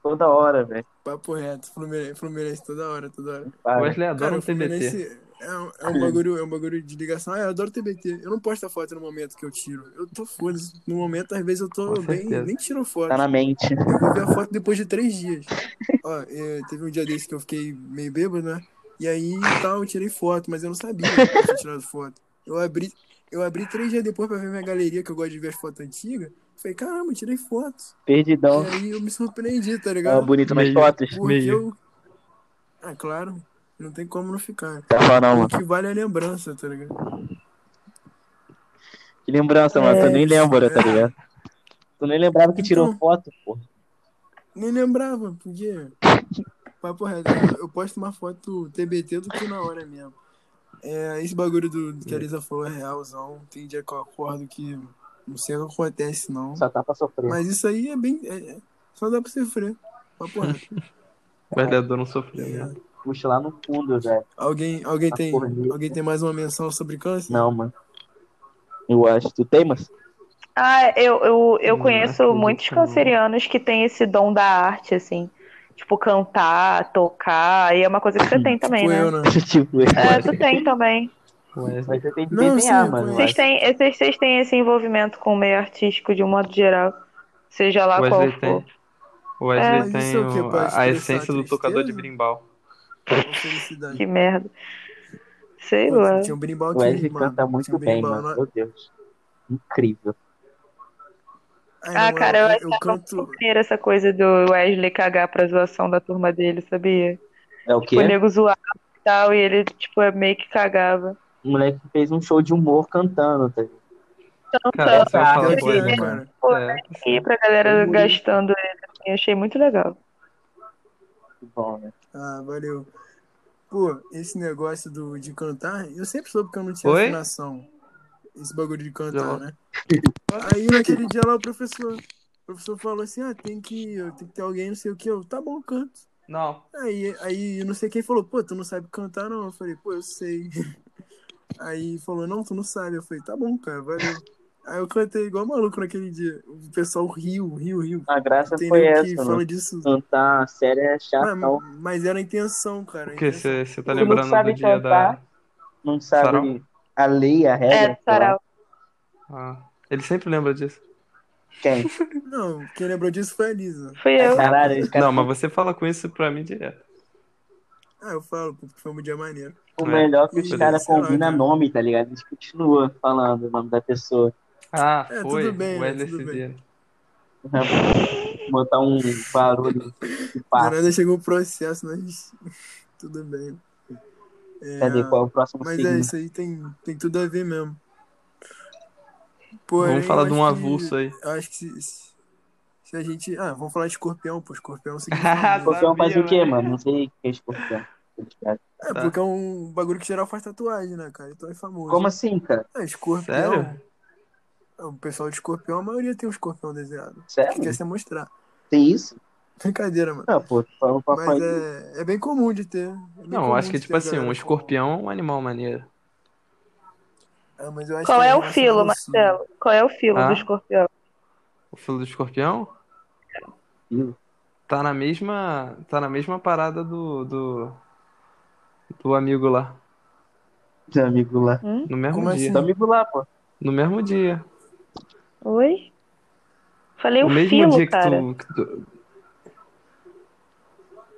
Toda hora, velho. um Papo reto, Fluminense, Fluminense toda hora, toda hora. O Para. Wesley adora Cara, um o TBT. Fluminense é um, é um bagulho, é um bagulho de ligação. Ah, eu adoro TBT. Eu não posto a foto no momento que eu tiro. Eu tô foda. No momento, às vezes, eu tô Com bem, certeza. nem tiro foto. Tá na mente. Eu vou ver a foto depois de três dias. Ó, é, teve um dia desse que eu fiquei meio bêbado, né? E aí tal, eu tirei foto, mas eu não sabia que eu tinha tirado foto. Eu abri, eu abri três dias depois pra ver minha galeria, que eu gosto de ver as fotos antigas. Falei, caramba, eu tirei foto. Perdidão. E aí eu me surpreendi, tá Tava ligado? bonito nas Meio. fotos. Porque meio. eu. Ah, claro, não tem como não ficar. Tava Tá não, O mano. que vale é a lembrança, tá ligado? É. Que lembrança, mano. Tu nem lembra, tá ligado? Tu nem lembrava que tirou Então. foto, pô. Nem lembrava, porque. Papo reto, eu posto uma foto TBT do que na hora mesmo. É, esse bagulho do, do que a Lisa falou é realzão. Tem dia que eu acordo que não sei o que acontece, não. Só tá pra sofrer. Mas isso aí é bem. é- é- só dá pra sofrer. Papo reto. Guardador não sofreu. É. Puxa lá no fundo, velho. Alguém, alguém, tem, Acordo. alguém tem mais uma menção sobre câncer? Não, mano. Eu acho. Tu tem, mas Ah, eu, eu, eu Não conheço acredito, muitos não. cancerianos que têm esse dom da arte, assim. Tipo, cantar, tocar. E é uma coisa que você tem também, Tipo né? eu, né? tipo, É, tu tem também. Wesley. mas você tem que Não, desenhar, sim, mano. eu Vocês acho. têm, vocês, vocês têm esse envolvimento com o meio artístico de um modo geral, seja lá qual Wesley for. tem. Wesley É. Mas tem isso é o quê? o- Pra a, a expressar essência do tristeza? tocador de brimbal. Com felicidade. Que merda. Sei Pô, lá. Tinha um brimbal O aqui, Wesley mano. canta muito Tinha um bem, berimbau mano. na- Meu Deus. Incrível. Ai, Ah, na moral, cara, eu eu, achava canto. maneira essa coisa do Wesley cagar pra zoação da turma dele, sabia? É o Tipo, o quê? nego zoava e tal, e ele, tipo, meio que cagava. O moleque fez um show de humor cantando, tá ligado? Cara, você vai tá, falar Pior eu com que o é, Wesley, sei. mano. cara. Pô, né, É, E pra galera Uhum. gastando ele, assim, achei muito legal. Que bom, né? Ah, valeu. Pô, esse negócio do, de cantar, eu sempre soube que eu não tinha Oi? afinação. Esse bagulho de cantar, Já- né? Aí naquele dia lá o professor. O professor falou assim, ah, tem que, tem que ter alguém, não sei o que. Eu, tá bom, eu canto. Não. Aí, aí eu não sei quem falou, pô, tu não sabe cantar, não. Eu falei, pô, eu sei. Aí falou, não, tu não sabe. Eu falei, tá bom, cara, valeu. Aí eu cantei igual maluco naquele dia. O pessoal riu, riu, riu. A graça Tem foi nego que essa, né? mano. fala disso. Cantar sério é Ah, chato, não. mas era a intenção, cara. a Porque intenção. você você Tu tá é. não lembrando sabe do dia da. cantar? Não sabe Sarau? a lei, a É, regra. tá sei lá. sarau. Ah, ele sempre lembra disso. Quem? Não, quem lembrou disso foi a Lisa. Fui eu. Caralho, esse cara Não, mas você fala com isso pra mim direto. É, Ah, eu falo, porque foi um dia maneiro. O É. melhor que os Sei caras lá, combinam cara. nome, tá ligado? Eles continuam falando o nome da pessoa. Ah, É, foi. tudo bem, o Wesley tudo bem. Cidreira. Botar um barulho de Do passo. nada chegou o processo, mas tudo bem. É, Cadê qual é o próximo Mas signo? é, isso aí tem, tem tudo a ver mesmo. Porém, Vamos falar de eu um acho que- avulso aí. eu acho que se, se- se a gente... Ah, vamos falar de escorpião, pô. Escorpião é Ah, significa... tá. Escorpião faz sabia, o quê, mano? né? mano? Não sei o que é escorpião. é, tá. porque é um bagulho que geral faz tatuagem, né, cara? Então é famoso. Como assim, cara? É, escorpião... é, Sério? O pessoal de escorpião, a maioria tem um escorpião desenhado. Que Sério? quer se mostrar. Tem isso? Brincadeira, mano. Não, pô, tu falou pra assim. Mas papai. é, é bem comum de ter. É bem Não, eu comum acho que, de tipo ter, assim, galera. um escorpião é um animal maneiro. Ah, mas eu acho Qual que é o relacionado filo, ao signo. Marcelo? Qual é o filo Ah? do escorpião? O filho do escorpião é- Ih, tá na mesma, tá na mesma parada do, do, do amigo lá. Teu um amigo lá. Hum? No mesmo Como assim? dia. Teu amigo lá, pô. No mesmo dia. Oi? Falei um no o mesmo filo, dia que cara. tu, que tu-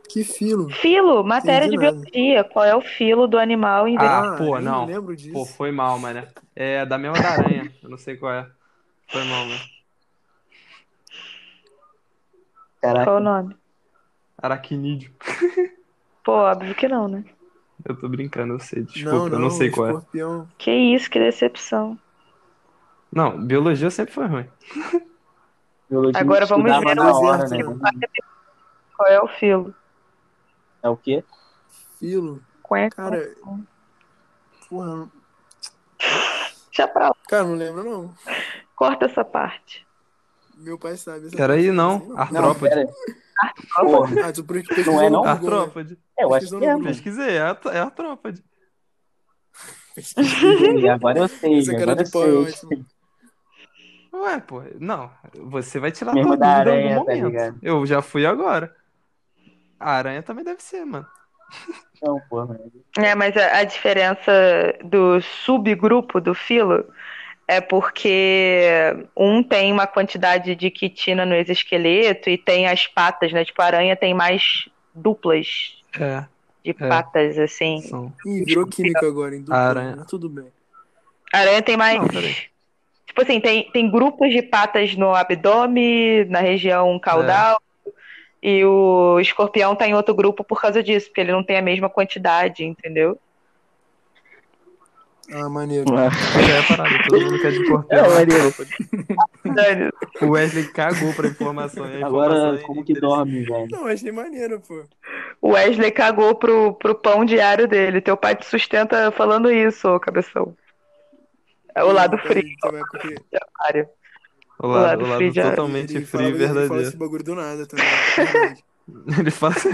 Que filo? Filo, matéria de Entendi nada. biologia. Qual é o filo do animal em vez... Ah, pô, eu não. lembro disso. Pô, foi mal, mano. É da mesma da aranha. Eu não sei qual é. Foi mal, mano. Ah, Qual é o Caraca. nome? Aracnídeo. Pô, óbvio que não, né? Eu tô brincando, eu sei. Desculpa, não, não, eu não sei qual é. escorpião. Que isso, que decepção. Não, biologia sempre foi ruim. biologia Agora não vamos estudava ver na o hora, né? deserto, Qual é o filo? É o quê? Filo. Quen- Cara. Porra. não- Deixa é pra lá. Cara, não lembro, não. Corta essa parte. Meu pai sabe. essa Peraí, coisa, não. sei Não, Artrópode. pera. Porra, Ah, tu pre- pesquisou Não é, no não? Google, né? Artrópode. eu acho que é, mano. Pesquisei, é, a- é artrópode. Ih, Agora eu sei, Essa cara agora de pau é eu sei. ótima. Ué, pô, não. Você vai tirar Mesmo tua da dúvida em aranha, algum tá momento. ligado? eu já fui agora. A aranha também deve ser, mano. Não, pô, mano. É, mas a, a diferença do subgrupo do filo é porque um tem uma quantidade de quitina no exoesqueleto e tem as patas, né? Tipo, a aranha tem mais duplas É, de patas, assim. são. Ih, virou química agora, em dupla, Aranha. mas tudo bem. A aranha tem mais. Não, peraí. tipo assim, tem, tem grupos de patas no abdômen, na É. região caudal. E o escorpião tá em outro grupo por causa disso, porque ele não tem a mesma quantidade, entendeu? Ah, maneiro. Já é parada, todo mundo quer de escorpião. É, Maria. Dani, O Wesley cagou pra informação. e a informação Agora, é como que interessante. dorme, velho? Não, achei maneiro, pô. o Wesley cagou pro, pro pão diário dele. Teu pai te sustenta falando isso, ô cabeção. É o lado Não, frio, peraí, então é porque- Mário. O lado, lado o lado free de- totalmente ele frio e fala- Ele fala verdadeiro. esse bagulho do nada também. é verdade. Ele fala assim,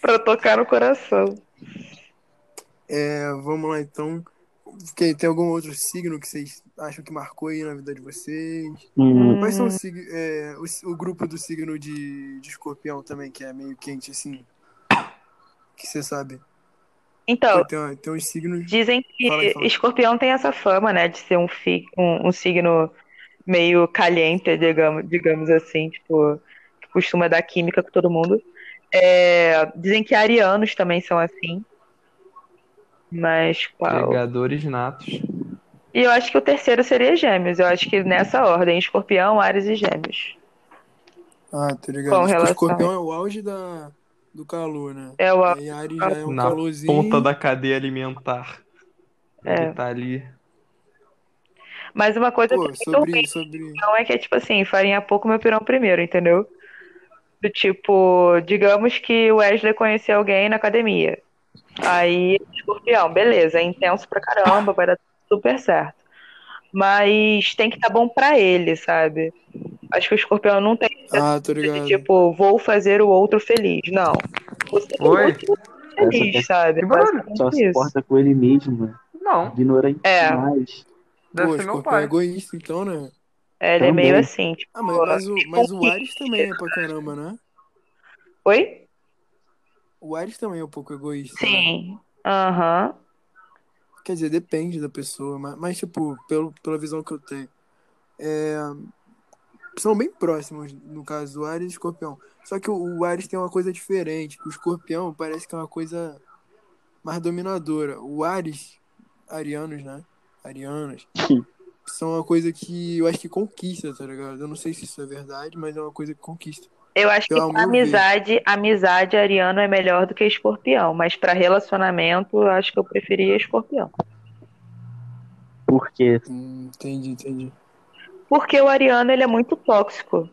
Pra tocar no coração. É, vamos lá, então. Que- Tem algum outro signo que vocês acham que marcou aí na vida de vocês? Hum, Quais são os sig- é, os- o, grupo do signo de, de escorpião também, que é meio quente, assim? Que você sabe. Então, Tem, uma- tem uns signos. dizem que Fala aí, fala aí. escorpião tem essa fama, né? De ser um, fi- um, um signo meio caliente, digamos, digamos assim, tipo, que costuma dar química com todo mundo. É, dizem que arianos também são assim. Mas qual? Pregadores natos. E eu acho que o terceiro seria Gêmeos. Eu acho que nessa ordem, Escorpião, Ares e Gêmeos. Ah, tô ligado. Qual Porque relação? escorpião é o auge da, do calor, né? É o E Ares já é um Na calorzinho. Ponta da cadeia alimentar. É. Ele tá ali. Mas uma coisa Pô, que eu sobre, sobre. Então é que é tipo assim, farinha pouco, meu pirão primeiro, entendeu? Do tipo, digamos que o Wesley conheceu alguém na academia. Aí, escorpião, beleza, é intenso pra caramba, vai dar super certo. Mas tem que estar bom pra ele, sabe? Acho que o escorpião não tem Ah, tô de ligado. tipo, vou fazer o outro feliz. Não. Você tem Oi? outro feliz, Essa- é sabe? Que barulho? Basicamente Só se isso. porta com ele mesmo, mano. Não, Ignorante É. demais. Pô, escorpião é egoísta, então, né? É, ele é Também. meio assim, tipo, Ah, mas, mas, o, mas o Ares também é pra caramba, né? oi? O Ares também é um pouco egoísta. né? Sim. Aham. Quer dizer, depende da pessoa, mas, mas, tipo, pelo, pela visão que eu tenho. É, são bem próximos, no caso, o Ares e o Escorpião. Só que o, o Ares tem uma coisa diferente. que O Escorpião parece que é uma coisa mais dominadora. O Ares, arianos, né? Arianas, Sim. são uma coisa que eu acho que conquista, tá ligado? Eu não sei se isso é verdade, mas é uma coisa que conquista. Eu acho que Pelo pra meu ver. amizade, amizade ariano é melhor do que escorpião, mas pra relacionamento, eu acho que eu preferia escorpião. Porque Hum, entendi, entendi. Porque o ariano, ele é muito tóxico.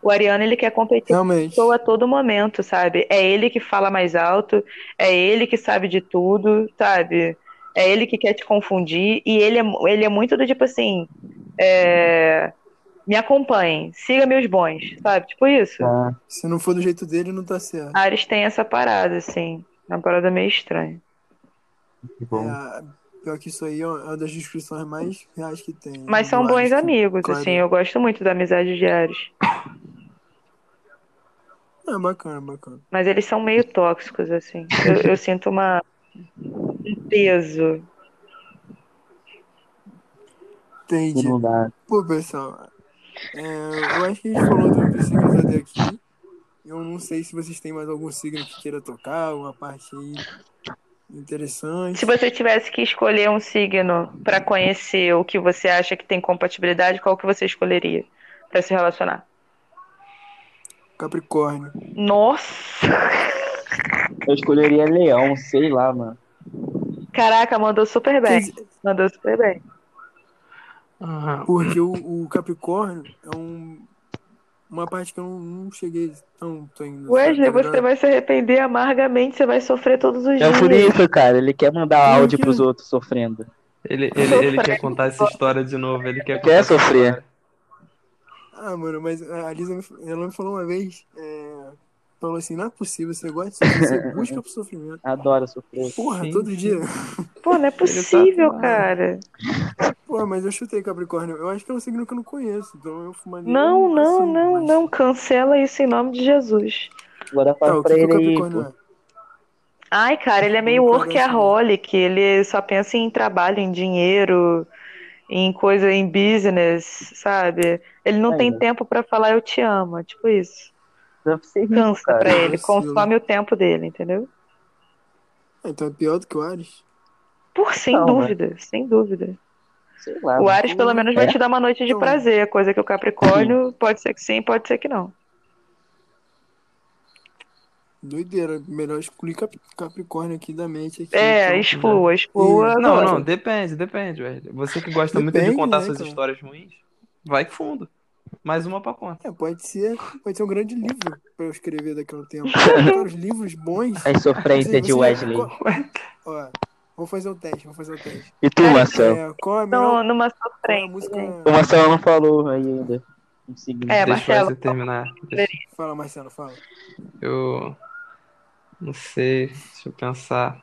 O ariano, ele quer competir com a Realmente. pessoa a todo momento, sabe? É ele que fala mais alto, é ele que sabe de tudo, sabe? É ele que quer te confundir e ele é, ele é muito do tipo assim, é, me acompanhe, siga meus bons, sabe? Tipo isso. tá. Se não for do jeito dele, não tá certo. Ares tem essa parada, assim. Uma parada meio estranha. que Bom. É, pior que isso aí é uma das descrições mais reais que tem. né? Mas são Eu bons acho que- amigos, claro. assim. Eu gosto muito da amizade de Ares. É bacana, bacana. Mas eles são meio tóxicos, assim. Eu, eu sinto uma... um peso. Entendi. Não dá. Pô, pessoal, é, eu acho que a gente falou do- dos signos até aqui. Eu não sei se vocês têm mais algum signo que queira tocar, uma parte aí interessante. Se você tivesse que escolher um signo pra conhecer o que você acha que tem compatibilidade, qual que você escolheria pra se relacionar? Capricórnio. Nossa! Eu escolheria leão, sei lá, mano. Caraca, mandou super Quer bem. dizer, Mandou super bem. Ah, Porque o, o Capricórnio é um, uma parte que eu não, não cheguei tanto ainda. Wesley, sabe, tá você ligado? vai se arrepender amargamente, você vai sofrer todos os É dias. por isso, cara. Ele quer mandar Por áudio quê? pros outros sofrendo. ele, ele, ele quer contar essa história de novo. Ele quer contar Quer essa sofrer. história. Ah, mano, mas a Lisa, me- ela me falou uma vez, é, falou assim, não é possível, você gosta de sofrer, você busca pro sofrimento. Adora sofrer. Porra, Sim, todo sim. dia. Pô, não é possível, tá- cara. Porra, mas eu chutei Capricórnio, eu acho que é um signo que eu não conheço, então eu fumaria. Não, não, assim, não, mas- não. Cancela isso em nome de Jesus. Agora Tá, fala o pra que que o ele aí, Capricórnio pô. é? Ai, cara, ele é meio Não parece workaholic, ele só pensa em trabalho, em dinheiro, em coisa, em business, sabe? Ele não Aí, tem ó. tempo pra falar eu te amo, tipo isso. Deve ser rico, Cansa cara. pra ele, Vacilo. consome o tempo dele, entendeu? Ah, Então é pior do que o Ares? Por sem Não, dúvida, sem dúvida. Sei lá. O mano. Ares pelo menos vai É. te dar uma noite de Não. prazer, coisa que o Capricórnio pode ser que sim, pode ser que não. Doideira, melhor excluir Cap- Capricórnio aqui da mente. Aqui, É, então. exclua, exclua. Não, agora. não, depende, depende, velho. Você que gosta muito de Depende, contar né, suas cara? histórias ruins, Vai fundo. Mais uma pra conta. É, pode ser, pode ser um grande livro pra eu escrever daqui a um tempo. Cara, os livros bons. A insofrência você- é de você- Wesley. qual- Ó, vou fazer um teste, vou fazer um teste. E tu, Marcelo? É, qual é a Não, melhor numa né? qual é a sofrência. música? gente. O Marcelo não falou aí ainda. Conseguiu. É, mas- Deixa eu Marcelo. fazer terminar. Fala, Marcelo, fala. Eu. Não sei. Deixa eu pensar.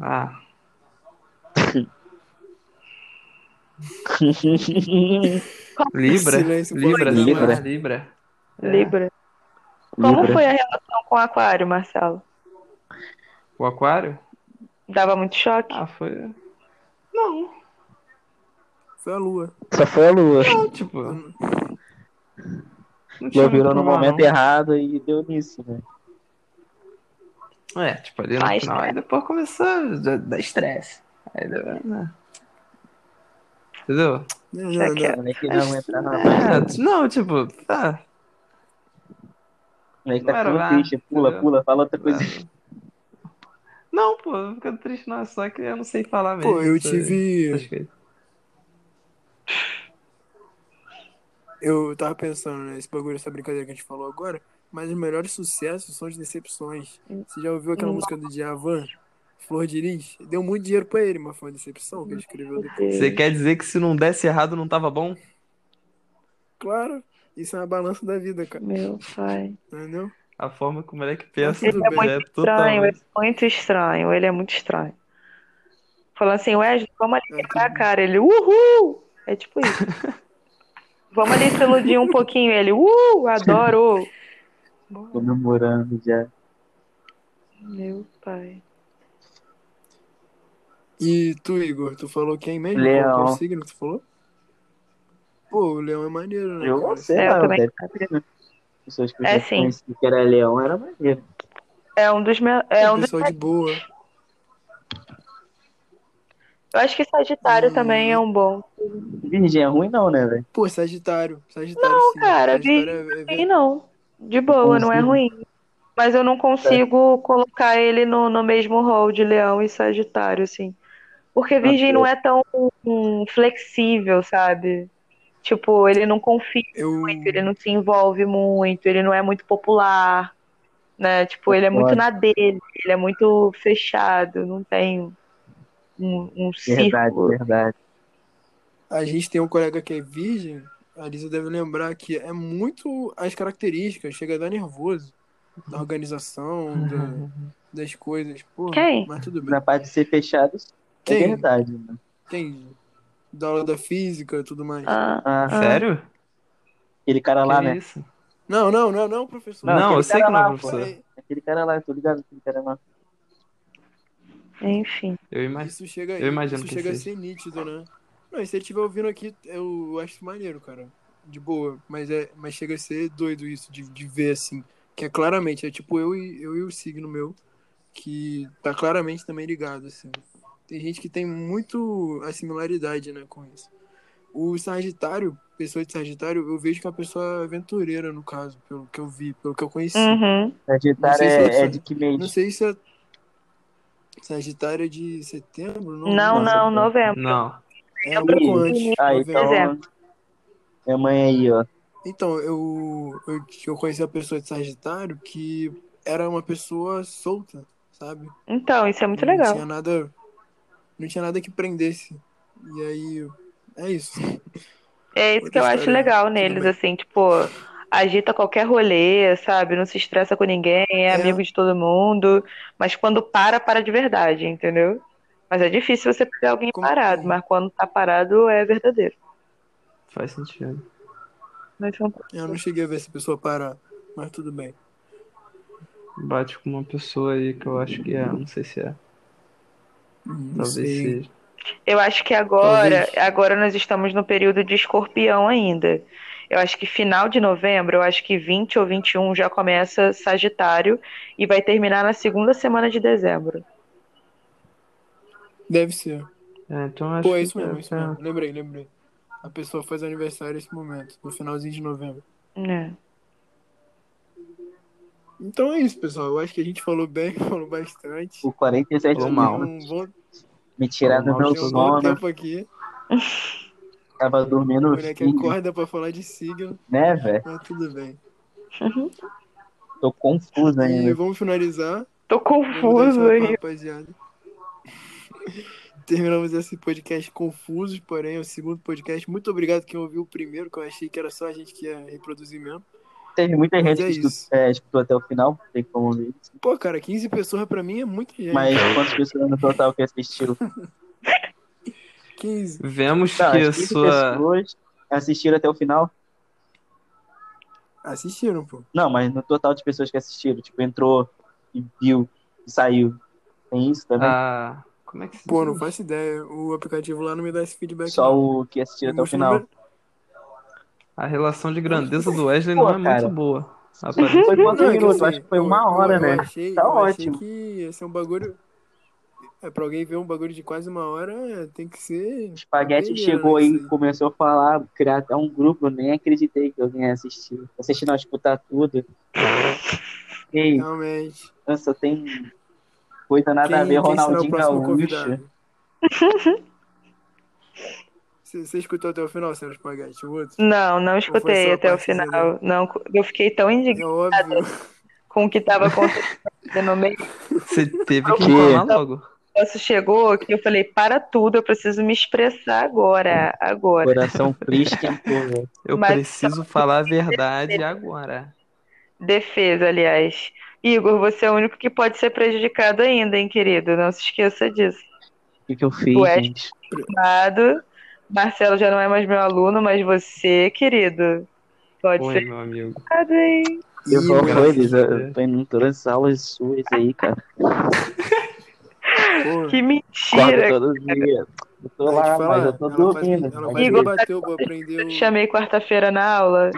Ah, Libra. Silêncio, Libra, pode Libra. falar. Libra. É. Libra. Como foi a relação com o aquário, Marcelo? O Aquário? Dava muito choque? Ah, foi. Foi a lua. Só foi a lua. Não, tipo. Não tinha Lua virou muito no problema, momento não. errado e deu nisso, né? É, tipo, ali no Faz, final, né? aí depois começou a dar- dar estresse. Aí deu, né? Entendeu? Não, Já não, que é. não. O moleque não aguenta não. É, t- não, tipo, tá. O moleque Não tá era lá, ficando triste. Pula, entendeu? pula, fala outra coisa. tá. Não, pô, não fica triste, não. é Só que eu não sei falar mesmo. Pô, eu sabe? tive. Essas coisas. Eu tava pensando nesse bagulho, essa brincadeira que a gente falou agora, mas os melhores sucessos são as decepções. Você já ouviu aquela música do Djavan? Flor de Lis? Deu muito dinheiro pra ele, mas foi uma decepção que ele escreveu depois. Você quer dizer que se não desse errado não tava bom? Claro, isso é uma balança da vida, cara. Meu pai. Entendeu? A forma que o moleque pensa Ele é já muito Estranho, ele é muito estranho. Ele é muito estranho. Falando assim, Wesley, vamos ali quebrar a cara. Ele, uhul! É tipo isso. vamos ali se iludir um pouquinho. Ele, uh, adoro! Comemorando já. Meu pai. E tu, Igor, tu falou quem mesmo? Leão. Qual que é o signo que tu falou? Pô, o leão é maneiro, né? Eu cara? não sei, É, eu não, também- deve ter, né? Pessoas que eu É, já sim. conheci que era leão, era maneiro. É um dos meus. É É um dos... pessoal de boa. Eu acho que Sagitário Hum. também é um bom. Virgem é ruim não, né, velho? Pô, Sagitário. Sagitário, sim. cara, Sagitário é- é- Sim, não. De boa, não é Consigo. ruim. Mas eu não consigo colocar ele no, no mesmo rol de Leão e Sagitário, assim. Porque Virgem não é tão hum, flexível, sabe? Tipo, ele não confia eu... muito, ele não se envolve muito, ele não é muito popular, né? Tipo, ele é muito Concordo. na dele, ele é muito fechado, não tem um, um Verdade, círculo. verdade. A gente tem um colega que é virgem, a Lisa deve lembrar que é muito as características, chega a dar nervoso da organização, da- das coisas, porra. Quem? Mas tudo bem. Na parte de ser fechado, é Quem? verdade, né? Tem da aula da física e tudo mais. Ah, Ah, Sério? aquele cara lá, que né? isso? Não, não, não, não, é, professor. Não, aquele eu sei cara que não, é lá, professor. Pô, Aquele cara lá, tô ligado, aquele cara é lá. enfim. Eu imagino. Isso chega, eu imagino isso que chega a seja. ser nítido, né? Não, e se ele estiver ouvindo aqui, eu acho maneiro, cara. De boa. Mas, é, mas chega a ser doido isso, de, de ver assim. Que é claramente, é tipo eu e, eu e o signo meu, que tá claramente também ligado, assim. Tem gente que tem muito a similaridade, né, com isso. O Sagitário, pessoa de Sagitário, eu vejo que é uma pessoa aventureira, no caso, pelo que eu vi, pelo que eu conheci. Uhum. Não Sagitário sei se eu é, é sei. de que mês? Não sei se é. Sagitário é de setembro? né? Não, não, novembro. Não. É um pouco Ih, antes. Ah, é. novembro. então. Minha mãe aí, ó. Então, eu, eu, eu conheci uma pessoa de Sagitário que era uma pessoa solta, sabe? Então, isso é muito não legal. Tinha nada, não tinha nada que prendesse. E aí, é isso. É isso que eu Outra acho história, legal tudo neles, bem. assim, tipo, agita qualquer rolê, sabe? Não se estressa com ninguém, é, amigo de todo mundo, mas quando para, para de verdade, entendeu? Mas é difícil você pegar alguém Como- parado, mas quando tá parado é verdadeiro. Faz sentido. Mas são- Eu não cheguei a ver essa pessoa parar, mas tudo bem. Bate com uma pessoa aí que eu acho que é. Não sei se é. Não Uhum. Talvez sei. seja. Eu acho que agora, Talvez. agora nós estamos no período de escorpião ainda. Eu acho que final de novembro, eu acho que 20 ou 21 já começa Sagitário e vai terminar na segunda semana de dezembro. Deve ser. É, então eu acho Pô, é isso que mesmo, é isso é. mesmo. Lembrei, lembrei. A pessoa faz aniversário nesse momento, no finalzinho de novembro. É. Então é isso, pessoal. Eu acho que a gente falou bem, falou bastante. Por 47 Ou Eu é mal. tenho um bom- Me tiraram Ou do mal meu né? Tem um bom sono. tempo aqui. Tava O dormindo, moleque filho, acorda pra falar de signo, né, velho? mas tudo bem. Tô confuso E ainda. vamos finalizar. Tô Vamos confuso deixar pra aí. rapaziada. Terminamos esse podcast confuso, porém, é o segundo podcast. Muito obrigado quem ouviu o primeiro, que eu achei que era só a gente que ia reproduzir mesmo. Teve muita Mas gente é que escutou, isso. é, escutou até o final, não tem como ver. Pô, cara, 15 pessoas pra mim é muita gente. Mas quantas pessoas no total que assistiram? 15. Vemos Tá, que a 15 sua. pessoas assistiram até o final. Assistiram, pô. Não, mas no total de pessoas que assistiram, tipo, entrou e viu e saiu. Tem isso também? Ah, como é que se Pô, não diz? faço ideia. O aplicativo lá não me dá esse feedback. Só não. o que assistiu até o Mostra final. número- A relação de grandeza do Wesley Pô, não é cara. muito boa. Aparentemente. Foi quantos Não, é que minutos? assim, Acho que foi eu- uma eu- hora, eu né? Achei, Tá eu achei ótimo. que ia ser um bagulho. É, pra alguém ver um bagulho de quase uma hora, tem que ser. O Espaguete Ele chegou era aí, isso aí. começou a falar, criar até um grupo, eu nem acreditei que alguém ia assistir. Assistir não, escutar tudo. Ei, Realmente. nossa, tem coisa nada a Quem- ver, quem será o Ronaldinho próximo Gaúcho. convidado? Você você escutou até o final, Sérgio Spaghetti? O outro? Não, não Ou foi escutei só a até o partezinha final. Não, eu fiquei tão indignada É óbvio. com o que tava acontecendo no meio. Você teve que Que? falar logo. O negócio chegou que eu falei, para tudo, eu preciso me expressar agora, agora. Coração frio esquentou, velho. Eu Mas- preciso falar a verdade agora. Defesa, aliás. Igor, você é o único que pode ser prejudicado ainda, hein, querido? Não se esqueça disso. O que, que eu fiz, Ué. gente? Obrigado. Marcelo já não é mais meu aluno, mas você, querido, pode Oi, ser meu amigo. educado, hein? Eu Ih, sou meu, coisas, eu tô indo em todas as aulas suas aí, cara. pô. Que Acordo mentira. todo dia. Eu tô Vai te lá, falar, mas eu tô ela quase- dormindo. Ela Mas quase Igor, me bateu pra aprender Eu o. te chamei quarta-feira na aula.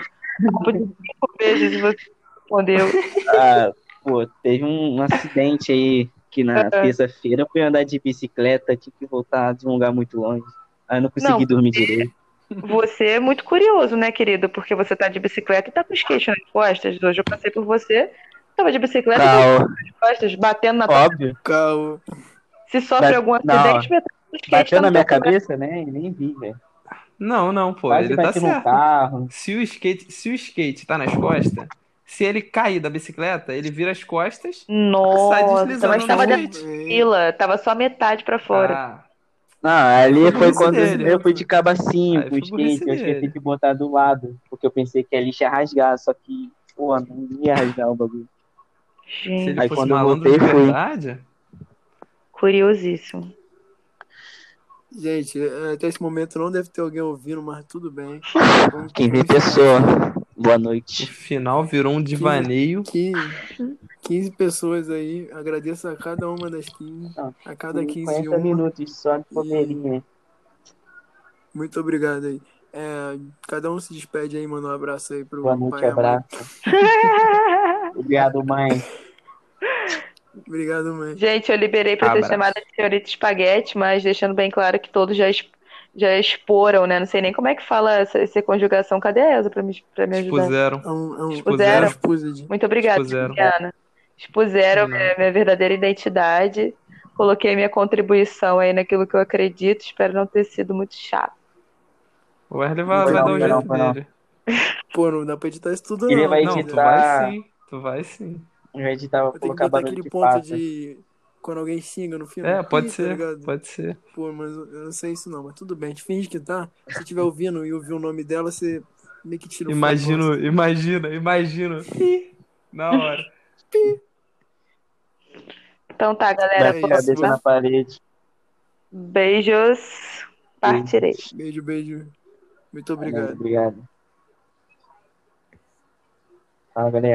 Papo de cinco beijos e você respondeu. Ah, pô, teve um, um acidente aí que Ah. na terça-feira eu fui andar de bicicleta, tive que voltar de um lugar muito longe. Aí eu não consegui Não. dormir direito. Você é muito curioso, né, querido? Porque você tá de bicicleta e tá com skate nas costas. Hoje eu passei por você, tava de bicicleta e tava Cal, nas costas, batendo na Tá, óbvio. Cal. Se sofre Ba- algum não. acidente, metade do skate Bateu tá na no minha teu braço. cabeça, né? E nem vi, velho. Não, não, pô. Quase Ele tá bati no certo. carro. Se o skate, se o skate tá nas costas, se ele cair da bicicleta, ele vira as costas. Sai Nossa, deslizando mas no tava skate. dentro da fila, tava só metade pra fora. Ah, Não, ali Foi foi burrice quando dele. eu fui de cabacinho Aí com foi burrice skate, eu esqueci dele. de botar do lado, porque eu pensei que a lixa ia rasgar, só que, pô, não ia rasgar o bagulho. se Gente, ele Aí fosse quando eu malandro de voltei, fui. verdade. curiosíssimo. Gente, é, até esse momento não deve ter alguém ouvindo, mas tudo bem. Vamos Quem vê continuar. pessoa. Boa O noite. final virou um divaneio. 15, 15 pessoas aí, agradeço a cada uma das 15. Não, A cada 15 40 uma. Ah, minutos só de comerinha. Muito obrigado aí. É, cada um se despede aí, manda um abraço aí pro Boa pai noite, e a mãe. abraço. Obrigado, mãe. Obrigado, mãe. Gente, eu liberei pra ter Abraço. chamado de senhorita espaguete, mas deixando bem claro que todos já, es- já exporam, né? Não sei nem como é que fala essa, essa conjugação. Cadê a Elza pra me, pra me ajudar? Expuseram. É um, é um, Tipo Expuseram. é um expuse de- Muito obrigada, Expuseram. Juliana. Expuseram De minha, minha verdadeira identidade. Coloquei minha contribuição aí naquilo que eu acredito. Espero não ter sido muito chato. O Wesley vai, Foi vai não, dar o foi não, jeito foi não. dele. Pô, não dá pra editar isso tudo, Ele não. vai Não, né? tu editar. vai sim. Tu vai sim. Ao invés de tava Eu tenho que colocar botar barulho de aquele ponto pato. de. Quando alguém xinga no filme. É, pode Ih, tá ser. ligado? Pode ser. Pô, mas eu eu não sei isso não, mas tudo bem. A gente finge que tá. Se tiver ouvindo e ouvir o nome dela, você meio que tira o Imagino, imagino, imagino. Ih, Na hora. Então tá, galera. Bate É a isso, cabeça na parede. Beijos. Partirei. foco. Beijo, beijo. Muito obrigado. Obrigado. Fala, galera.